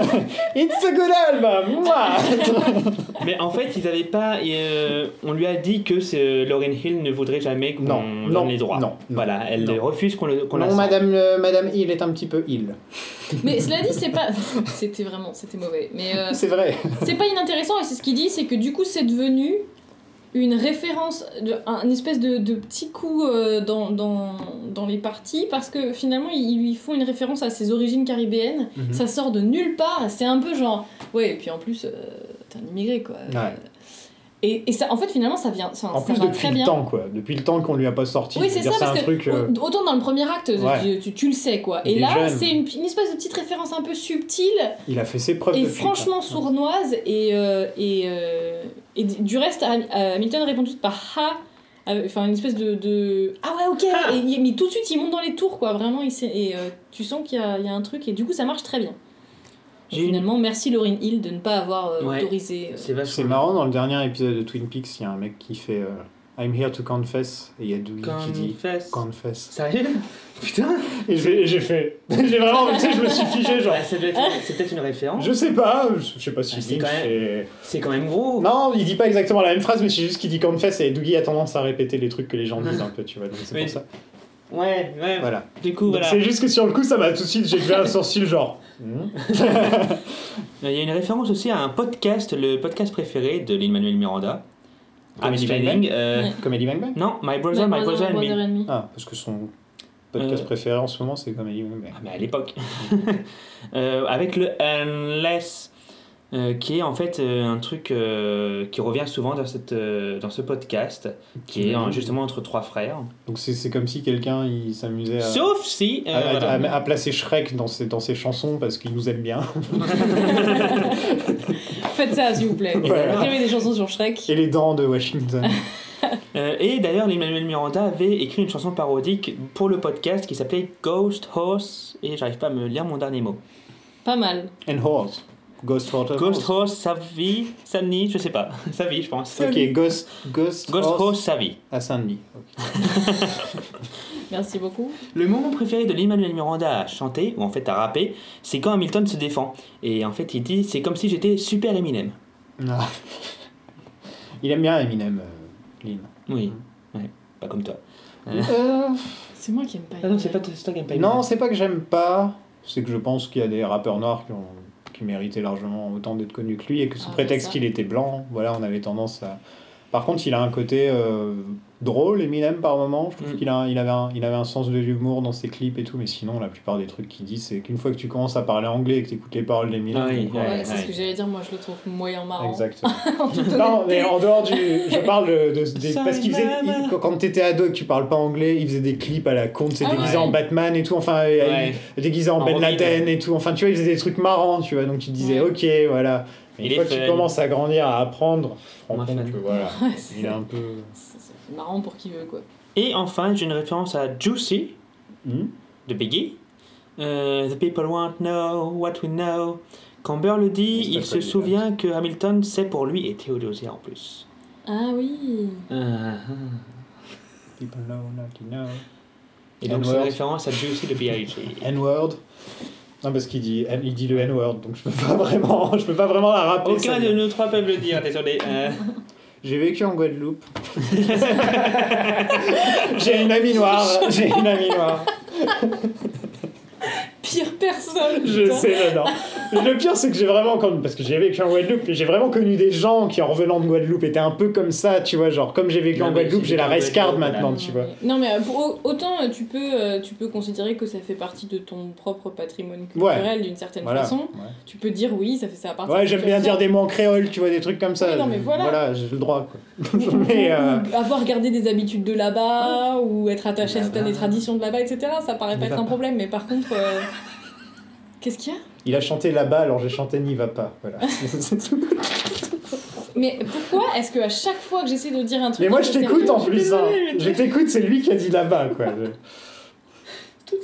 Speaker 4: It's a good album Mouah
Speaker 2: Mais en fait, ils avaient pas. euh, on lui a dit que c'est- euh, Lauryn Hill ne voudrait jamais qu'on
Speaker 4: Non,
Speaker 2: donne
Speaker 4: non,
Speaker 2: les droits.
Speaker 4: non, non.
Speaker 2: voilà, elle
Speaker 4: Non.
Speaker 2: refuse qu'on le- qu'on la
Speaker 4: Non,
Speaker 2: sente.
Speaker 4: Madame, euh, Madame Hill est un petit peu Hill.
Speaker 3: Mais cela dit, c'est pas. C'était vraiment, c'était mauvais. Mais euh,
Speaker 4: C'est vrai.
Speaker 3: c'est pas inintéressant et c'est ce qu'il dit, c'est que du coup, c'est devenu une référence, de, un une espèce de, de petit coup euh, dans, dans, dans les parties parce que finalement, ils, ils lui font une référence à ses origines caribéennes.
Speaker 4: Hmm.
Speaker 2: Mhm.
Speaker 3: Ça sort de nulle part. C'est un peu genre. Ouais, et puis en plus, euh, t'es un immigré quoi.
Speaker 4: Ouais.
Speaker 3: Et, et ça, en fait, finalement, ça vient. Ça,
Speaker 4: En
Speaker 3: ça
Speaker 4: plus,
Speaker 3: va
Speaker 4: depuis
Speaker 3: très
Speaker 4: le
Speaker 3: bien.
Speaker 4: temps, quoi. Depuis le temps qu'on lui a pas sorti.
Speaker 3: Oui,
Speaker 4: Je
Speaker 3: c'est
Speaker 4: veux
Speaker 3: ça,
Speaker 4: dire,
Speaker 3: parce
Speaker 4: un
Speaker 3: que
Speaker 4: truc. euh,
Speaker 3: au- autant dans le premier acte,
Speaker 4: Ouais.
Speaker 3: tu, tu- tu le sais, quoi.
Speaker 4: Il
Speaker 3: Et
Speaker 4: est
Speaker 3: là,
Speaker 4: jeune.
Speaker 3: c'est une, une espèce de petite référence un peu subtile
Speaker 4: Il a fait ses preuves
Speaker 3: et
Speaker 4: depuis
Speaker 2: hein.
Speaker 4: le temps.
Speaker 3: franchement sournoise et euh, et, euh, et d- du reste Ham- euh, Hamilton répond tout de suite par ha euh, enfin une espèce de, de- ah ouais ok
Speaker 2: Ha
Speaker 3: et, il- mais tout de suite il monte dans les tours quoi vraiment il s'est- et euh, tu sens qu'il y a, il y a un truc et du coup ça marche très bien Et
Speaker 2: J'ai une-
Speaker 3: finalement merci Lauryn Hill de ne pas avoir euh,
Speaker 2: Ouais.
Speaker 3: autorisé euh,
Speaker 2: C'est
Speaker 4: C'est
Speaker 2: vachement
Speaker 4: marrant, dans le dernier épisode de Twin Peaks, il y a un mec qui fait euh, I'm here to confess, et il y a Dougie qui dit
Speaker 2: Confesse.
Speaker 4: confess.
Speaker 2: Sérieux Oh, Putain
Speaker 4: Et j'ai j'ai fait. j'ai vraiment, tu sais, je me suis figé, genre.
Speaker 2: Ouais, ça doit être- C'est peut-être une référence.
Speaker 4: Je sais pas, je sais pas si
Speaker 2: Ah, c'est
Speaker 4: Lynch
Speaker 2: quand même-
Speaker 4: est-
Speaker 2: C'est quand même gros.
Speaker 4: Non, il dit pas exactement la même phrase, mais c'est juste qu'il dit confess, et Dougie a tendance à répéter les trucs que les gens disent un peu, tu vois, donc c'est
Speaker 2: Oui.
Speaker 4: pour ça.
Speaker 2: Ouais, ouais.
Speaker 4: Voilà.
Speaker 2: Du coup,
Speaker 4: Donc
Speaker 2: voilà.
Speaker 4: C'est juste que sur le coup, ça m'a tout de suite, j'ai fait un sourcil, genre. hmm.
Speaker 2: Il y a une référence aussi à un podcast, le podcast préféré de Lin-Manuel Miranda.
Speaker 4: Comedy
Speaker 2: Amis
Speaker 4: Bang
Speaker 2: Planning. euh,
Speaker 3: Ouais.
Speaker 4: Comedy Bang Bang
Speaker 2: Non, My Brother, My, Brother, and Me.
Speaker 3: Brother and Me.
Speaker 4: Ah, parce que son podcast
Speaker 2: Euh.
Speaker 4: préféré en ce moment, c'est Comedy Bang Bang.
Speaker 2: Ah, mais à l'époque. Euh, avec le Unless, euh, qui est en fait euh, un truc euh, qui revient souvent dans, cette, euh, dans ce podcast, qui est
Speaker 4: Mmh.
Speaker 2: euh, justement entre trois frères.
Speaker 4: Donc c'est c'est comme si quelqu'un, il s'amusait à...
Speaker 2: Sauf si. euh,
Speaker 4: à, à-
Speaker 2: voilà.
Speaker 4: à- à placer Shrek dans ses, dans ses chansons parce qu'il nous aime bien.
Speaker 2: Ah.
Speaker 3: faites ça s'il vous plaît
Speaker 4: Voilà.
Speaker 3: écrivez des chansons sur Shrek
Speaker 4: Et les dents de Washington.
Speaker 2: Euh, et d'ailleurs, Emmanuel Miranda avait écrit une chanson parodique pour le podcast qui s'appelait Ghost Horse. Et j'arrive pas à me lire mon dernier mot.
Speaker 3: pas mal
Speaker 4: And Horse. Ghost Euh, Horse.
Speaker 2: Ghost Horse, sa vie, sa vie, je sais pas. Sa vie, je pense.
Speaker 4: Ok, Ghost, Ghost,
Speaker 2: Ghost
Speaker 4: Horse,
Speaker 2: Horse, sa vie.
Speaker 4: à Saint-Denis. Ok.
Speaker 3: merci beaucoup
Speaker 2: Le moment préféré de Lin-Manuel Miranda à chanter, ou en fait à rapper, c'est quand Hamilton se défend. Et en fait, il dit c'est comme si j'étais super Eminem.
Speaker 4: Ah. Il aime bien Eminem, euh, Lynn. Euh.
Speaker 2: Oui, ouais, pas comme toi.
Speaker 3: c'est moi qui aime pas
Speaker 2: Ah non, Ah, c'est pas, c'est toi qui aime pas Eminem.
Speaker 4: non, c'est pas que j'aime pas. c'est que je pense qu'il y a des rappeurs noirs qui, ont, qui méritaient largement autant d'être connus que lui et que sous
Speaker 3: Ah,
Speaker 4: prétexte
Speaker 3: ça.
Speaker 4: qu'il était blanc, voilà, on avait tendance à. Par contre, il a un côté euh, drôle, Eminem, par moment. Je trouve
Speaker 2: Mm.
Speaker 4: qu'il a, un- il avait, un, il avait un sens de l'humour dans ses clips et tout, mais sinon, la plupart des trucs qu'il dit, c'est qu'une fois que tu commences à parler anglais et que tu écoutes les paroles d'Eminem,
Speaker 2: Ah oui,
Speaker 4: tu
Speaker 2: ouais,
Speaker 4: comprends.
Speaker 3: Ouais, c'est ce que j'allais dire, moi je le trouve moyen marrant.
Speaker 4: Exactement.
Speaker 3: En toute
Speaker 4: Non, mais
Speaker 3: honnêteté.
Speaker 4: en dehors du. Je parle de. de- des-
Speaker 2: Sorry,
Speaker 4: parce qu'il faisait.
Speaker 2: mama.
Speaker 4: il- quand- quand t'étais ado et que tu parles pas anglais, il faisait des clips à la con, tu sais,
Speaker 3: Ah
Speaker 4: déguisé
Speaker 2: ouais.
Speaker 4: en Batman et tout, enfin, euh,
Speaker 2: Ouais.
Speaker 4: il- déguisé en,
Speaker 2: En
Speaker 4: Ben
Speaker 2: Robin.
Speaker 4: Laden et tout, enfin, tu vois, il faisait des trucs marrants, tu vois, donc tu te disais,
Speaker 3: Ouais.
Speaker 4: ok, voilà. Mais
Speaker 2: Il
Speaker 4: une fois
Speaker 2: est
Speaker 4: que tu
Speaker 2: fun.
Speaker 4: commences à grandir, à apprendre, tu te rends
Speaker 2: Moins
Speaker 4: compte
Speaker 2: fun.
Speaker 4: que voilà.
Speaker 3: Ouais, c'est-
Speaker 4: Il est un peu.
Speaker 3: c'est- c'est marrant pour qui veut quoi.
Speaker 2: Et enfin, j'ai une référence à Juicy
Speaker 4: Hmm
Speaker 2: de Biggie. Euh, the people won't know what we know. Quand Burr le dit,
Speaker 4: C'est pas
Speaker 2: il se
Speaker 4: très
Speaker 2: souvient que Hamilton c'est pour lui et Theodosia en plus.
Speaker 3: Ah oui
Speaker 2: Ah, ah.
Speaker 4: People know, not to know.
Speaker 2: Et donc c'est une
Speaker 4: N-word.
Speaker 2: référence à Juicy de B.I.G.
Speaker 4: N-word. Non, parce qu'il dit, il dit le N-word, donc je peux pas vraiment, je peux pas vraiment la rappeler.
Speaker 2: Aucun
Speaker 4: celle-là.
Speaker 2: de nous trois peuvent le dire, désolé. Euh,
Speaker 4: J'ai vécu en Guadeloupe. j'ai une amie noire. J'ai une amie noire.
Speaker 3: Pire personne
Speaker 4: Je
Speaker 3: putain.
Speaker 4: sais, non, non. Le pire, c'est que j'ai vraiment connu, parce que j'ai vécu en Guadeloupe, mais j'ai vraiment connu des gens qui, en revenant de Guadeloupe, étaient un peu comme ça, tu vois. Genre, comme j'ai vécu
Speaker 2: Non,
Speaker 4: en
Speaker 2: mais
Speaker 4: Guadeloupe,
Speaker 2: si
Speaker 4: j'ai la
Speaker 2: t'es en
Speaker 4: race card
Speaker 2: Guadeloupe, voilà.
Speaker 4: maintenant, tu vois.
Speaker 3: Non mais euh, pour- autant euh, tu peux, euh, tu peux considérer que ça fait partie de ton propre patrimoine culturel d'une certaine
Speaker 4: Voilà.
Speaker 3: façon.
Speaker 4: Ouais,
Speaker 3: Tu peux dire oui, ça fait ça à partie
Speaker 4: Ouais, j'aime bien dire des mots en créole, tu vois, des trucs comme ça.
Speaker 3: Oui, non, mais voilà.
Speaker 4: j'ai le droit, quoi. mais, euh,
Speaker 3: Avoir gardé des habitudes de là-bas ou être attaché à
Speaker 4: Là-bas.
Speaker 3: certaines des traditions de là-bas, etc. Ça paraît
Speaker 4: N'y
Speaker 3: pas être
Speaker 4: va
Speaker 3: un
Speaker 4: bah. pas.
Speaker 3: problème, mais par contre... euh, Qu'est-ce qu'il y a
Speaker 4: il a chanté là-bas, alors j'ai chanté N'y va pas. Voilà. C'est tout.
Speaker 3: Mais pourquoi est-ce que à chaque fois que j'essaie de dire un truc...
Speaker 4: mais moi,
Speaker 3: que
Speaker 4: je
Speaker 3: c'est
Speaker 4: t'écoute
Speaker 3: un-
Speaker 4: en plus, hein. Je t'écoute, c'est lui qui a dit là-bas, quoi.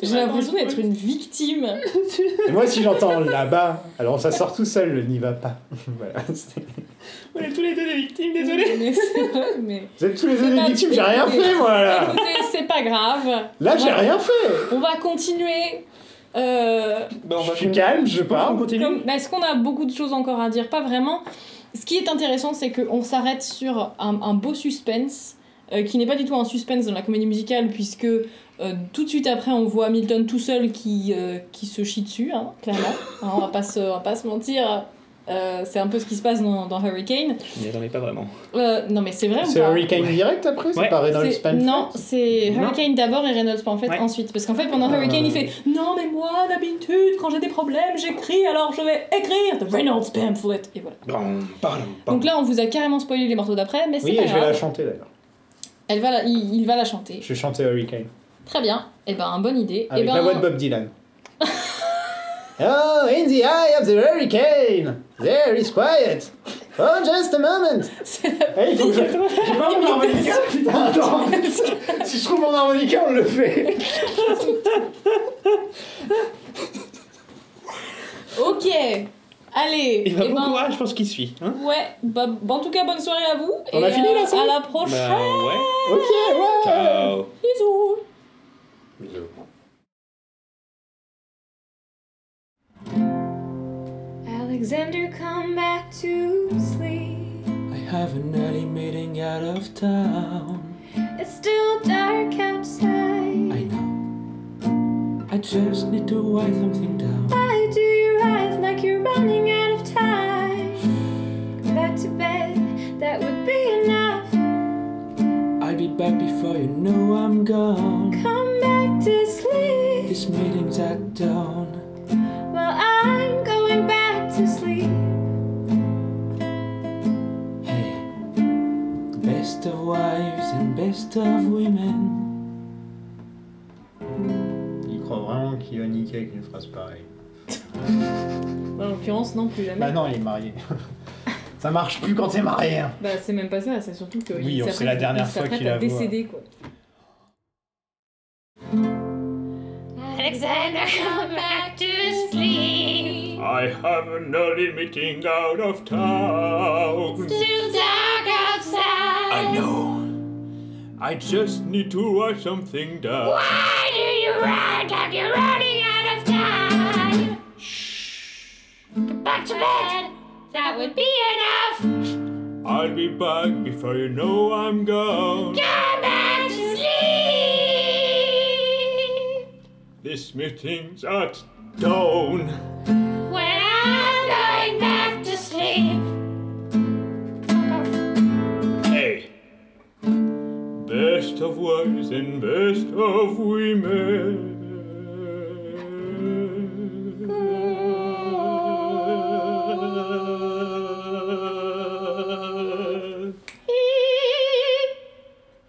Speaker 3: J'ai l'impression d'être une victime.
Speaker 4: Et moi, si j'entends là-bas, alors ça sort tout seul, le n'y va pas. Voilà. c'est-
Speaker 2: On est tous les deux des victimes,
Speaker 3: Mais c'est vrai, mais...
Speaker 4: Vous êtes tous les deux
Speaker 3: C'est
Speaker 4: des
Speaker 3: pas-
Speaker 4: victimes, j'ai rien
Speaker 3: écoutez.
Speaker 4: fait, moi, là.
Speaker 3: Écoutez, c'est pas grave.
Speaker 4: Là, j'ai
Speaker 3: Voilà.
Speaker 4: rien fait.
Speaker 3: On va continuer. Euh,
Speaker 2: Bah, on
Speaker 4: Je
Speaker 2: va
Speaker 4: suis calme, je
Speaker 2: Ah, On
Speaker 4: parle.
Speaker 2: continue.
Speaker 3: comme- bah, Est-ce qu'on a beaucoup de choses encore à dire Pas vraiment. Ce qui est intéressant, c'est qu'on s'arrête sur un, un beau suspense, euh, qui n'est pas du tout un suspense dans la comédie musicale, puisque euh, tout de suite après, on voit Hamilton tout seul qui, euh, qui se chie dessus, hein, clairement. Hein, on, va pas se, on va pas se mentir. Euh, c'est un peu ce qui se passe dans, dans Hurricane.
Speaker 2: Mais attendez pas vraiment.
Speaker 3: Euh, non mais c'est vrai ou
Speaker 4: C'est
Speaker 3: pas
Speaker 4: Hurricane direct après C'est
Speaker 2: Ouais.
Speaker 4: pas Reynolds
Speaker 3: C'est-
Speaker 4: Pamphlet
Speaker 3: Non, c'est
Speaker 2: Non.
Speaker 3: Hurricane d'abord et Reynolds Pamphlet
Speaker 2: Ouais.
Speaker 3: ensuite. Parce qu'en fait, pendant
Speaker 4: Ah.
Speaker 3: Hurricane, il fait Non, mais moi, d'habitude, quand j'ai des problèmes, j'écris, alors je vais écrire The Reynolds Pamphlet. Et voilà. Donc là, on vous a carrément spoilé les morceaux d'après, mais c'est
Speaker 4: Oui,
Speaker 3: pas
Speaker 4: et je vais
Speaker 3: grave.
Speaker 4: la chanter d'ailleurs.
Speaker 3: Elle va la- il, il va la chanter.
Speaker 4: Je vais chanter Hurricane.
Speaker 3: Très bien. Et ben, bonne idée.
Speaker 4: Avec
Speaker 3: et ben,
Speaker 4: la voix de Bob Dylan. oh, in the eye of the hurricane, there is quiet. Oh, just a moment.
Speaker 3: c'est
Speaker 4: Eh, il faut que je. J'ai pas mon harmonica, putain, attends. Si je trouve mon harmonica, on le fait.
Speaker 3: Ok. Allez.
Speaker 2: Il va
Speaker 3: eh
Speaker 2: bon
Speaker 3: ben,
Speaker 2: courage je pense qu'il suit. Hein
Speaker 3: Ouais. Bah, bah, en tout cas, bonne soirée à vous.
Speaker 4: On
Speaker 3: et
Speaker 4: a fini, là,
Speaker 3: euh,
Speaker 4: ça y est
Speaker 3: À la prochaine.
Speaker 2: bah ouais.
Speaker 4: Ok, ouais.
Speaker 2: Ciao.
Speaker 3: Bisous.
Speaker 1: Alexander, come back to sleep.
Speaker 2: I have an early meeting out of town.
Speaker 1: It's still dark
Speaker 2: I
Speaker 1: outside.
Speaker 2: know. I just need to write something down.
Speaker 1: Why do you rise like you're running out of time? Go back to bed, that would be enough.
Speaker 2: I'll be back before you know I'm gone.
Speaker 1: Come back to sleep.
Speaker 2: This meeting's at dawn.
Speaker 1: Well, I'm going back to sleep.
Speaker 2: Hey, best of wives and best of women.
Speaker 4: Il croit vraiment qu'il va niquer avec une phrase pareille.
Speaker 3: Bah, en l'occurrence, non, plus jamais.
Speaker 4: Bah non, il est marié. Ça marche plus quand t'es marié. hein.
Speaker 3: Bah, c'est même pas ça, c'est surtout que.
Speaker 4: Oui,
Speaker 3: il
Speaker 4: c'est
Speaker 3: s'apprête-
Speaker 4: la dernière
Speaker 3: il
Speaker 4: fois
Speaker 3: s'apprête
Speaker 4: qu'il
Speaker 3: à
Speaker 4: la voit.
Speaker 3: décéder, quoi.
Speaker 1: Alexander, come back to sleep.
Speaker 2: I have an early meeting out of town.
Speaker 1: Still dark outside.
Speaker 2: I know. I just need to write something down.
Speaker 1: Why do you run like you're running out of time? Shh. Back to bed. That would be enough.
Speaker 2: I'll be back before you know I'm gone.
Speaker 1: Go back to sleep.
Speaker 2: This meeting's at Don't.
Speaker 1: When I'm going back to sleep.
Speaker 2: Hey. Best of wives and best of women.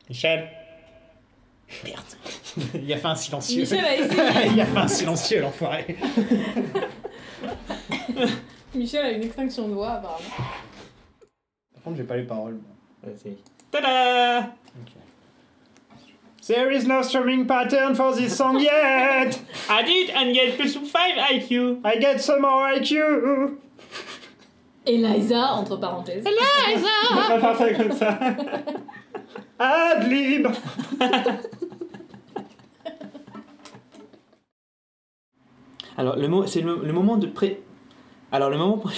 Speaker 2: Michel.
Speaker 4: Il a fait un silencieux.
Speaker 3: Michel a essayé.
Speaker 4: Il a fait un silencieux, l'enfoiré.
Speaker 3: Michel a une extinction de voix, apparemment.
Speaker 4: Par contre, j'ai pas les paroles. moi.
Speaker 2: Vas-y. Tada!
Speaker 4: There is no strumming pattern for this song yet.
Speaker 2: I did and get plus 5 IQ.
Speaker 4: I get some more IQ.
Speaker 3: Eliza, entre parenthèses.
Speaker 2: On va faire ça comme ça.
Speaker 4: Ad lib.
Speaker 2: Alors, le mot, c'est le, le moment de pré. Alors, le moment.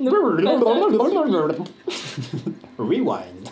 Speaker 3: Non, pas ça.
Speaker 4: Rewind.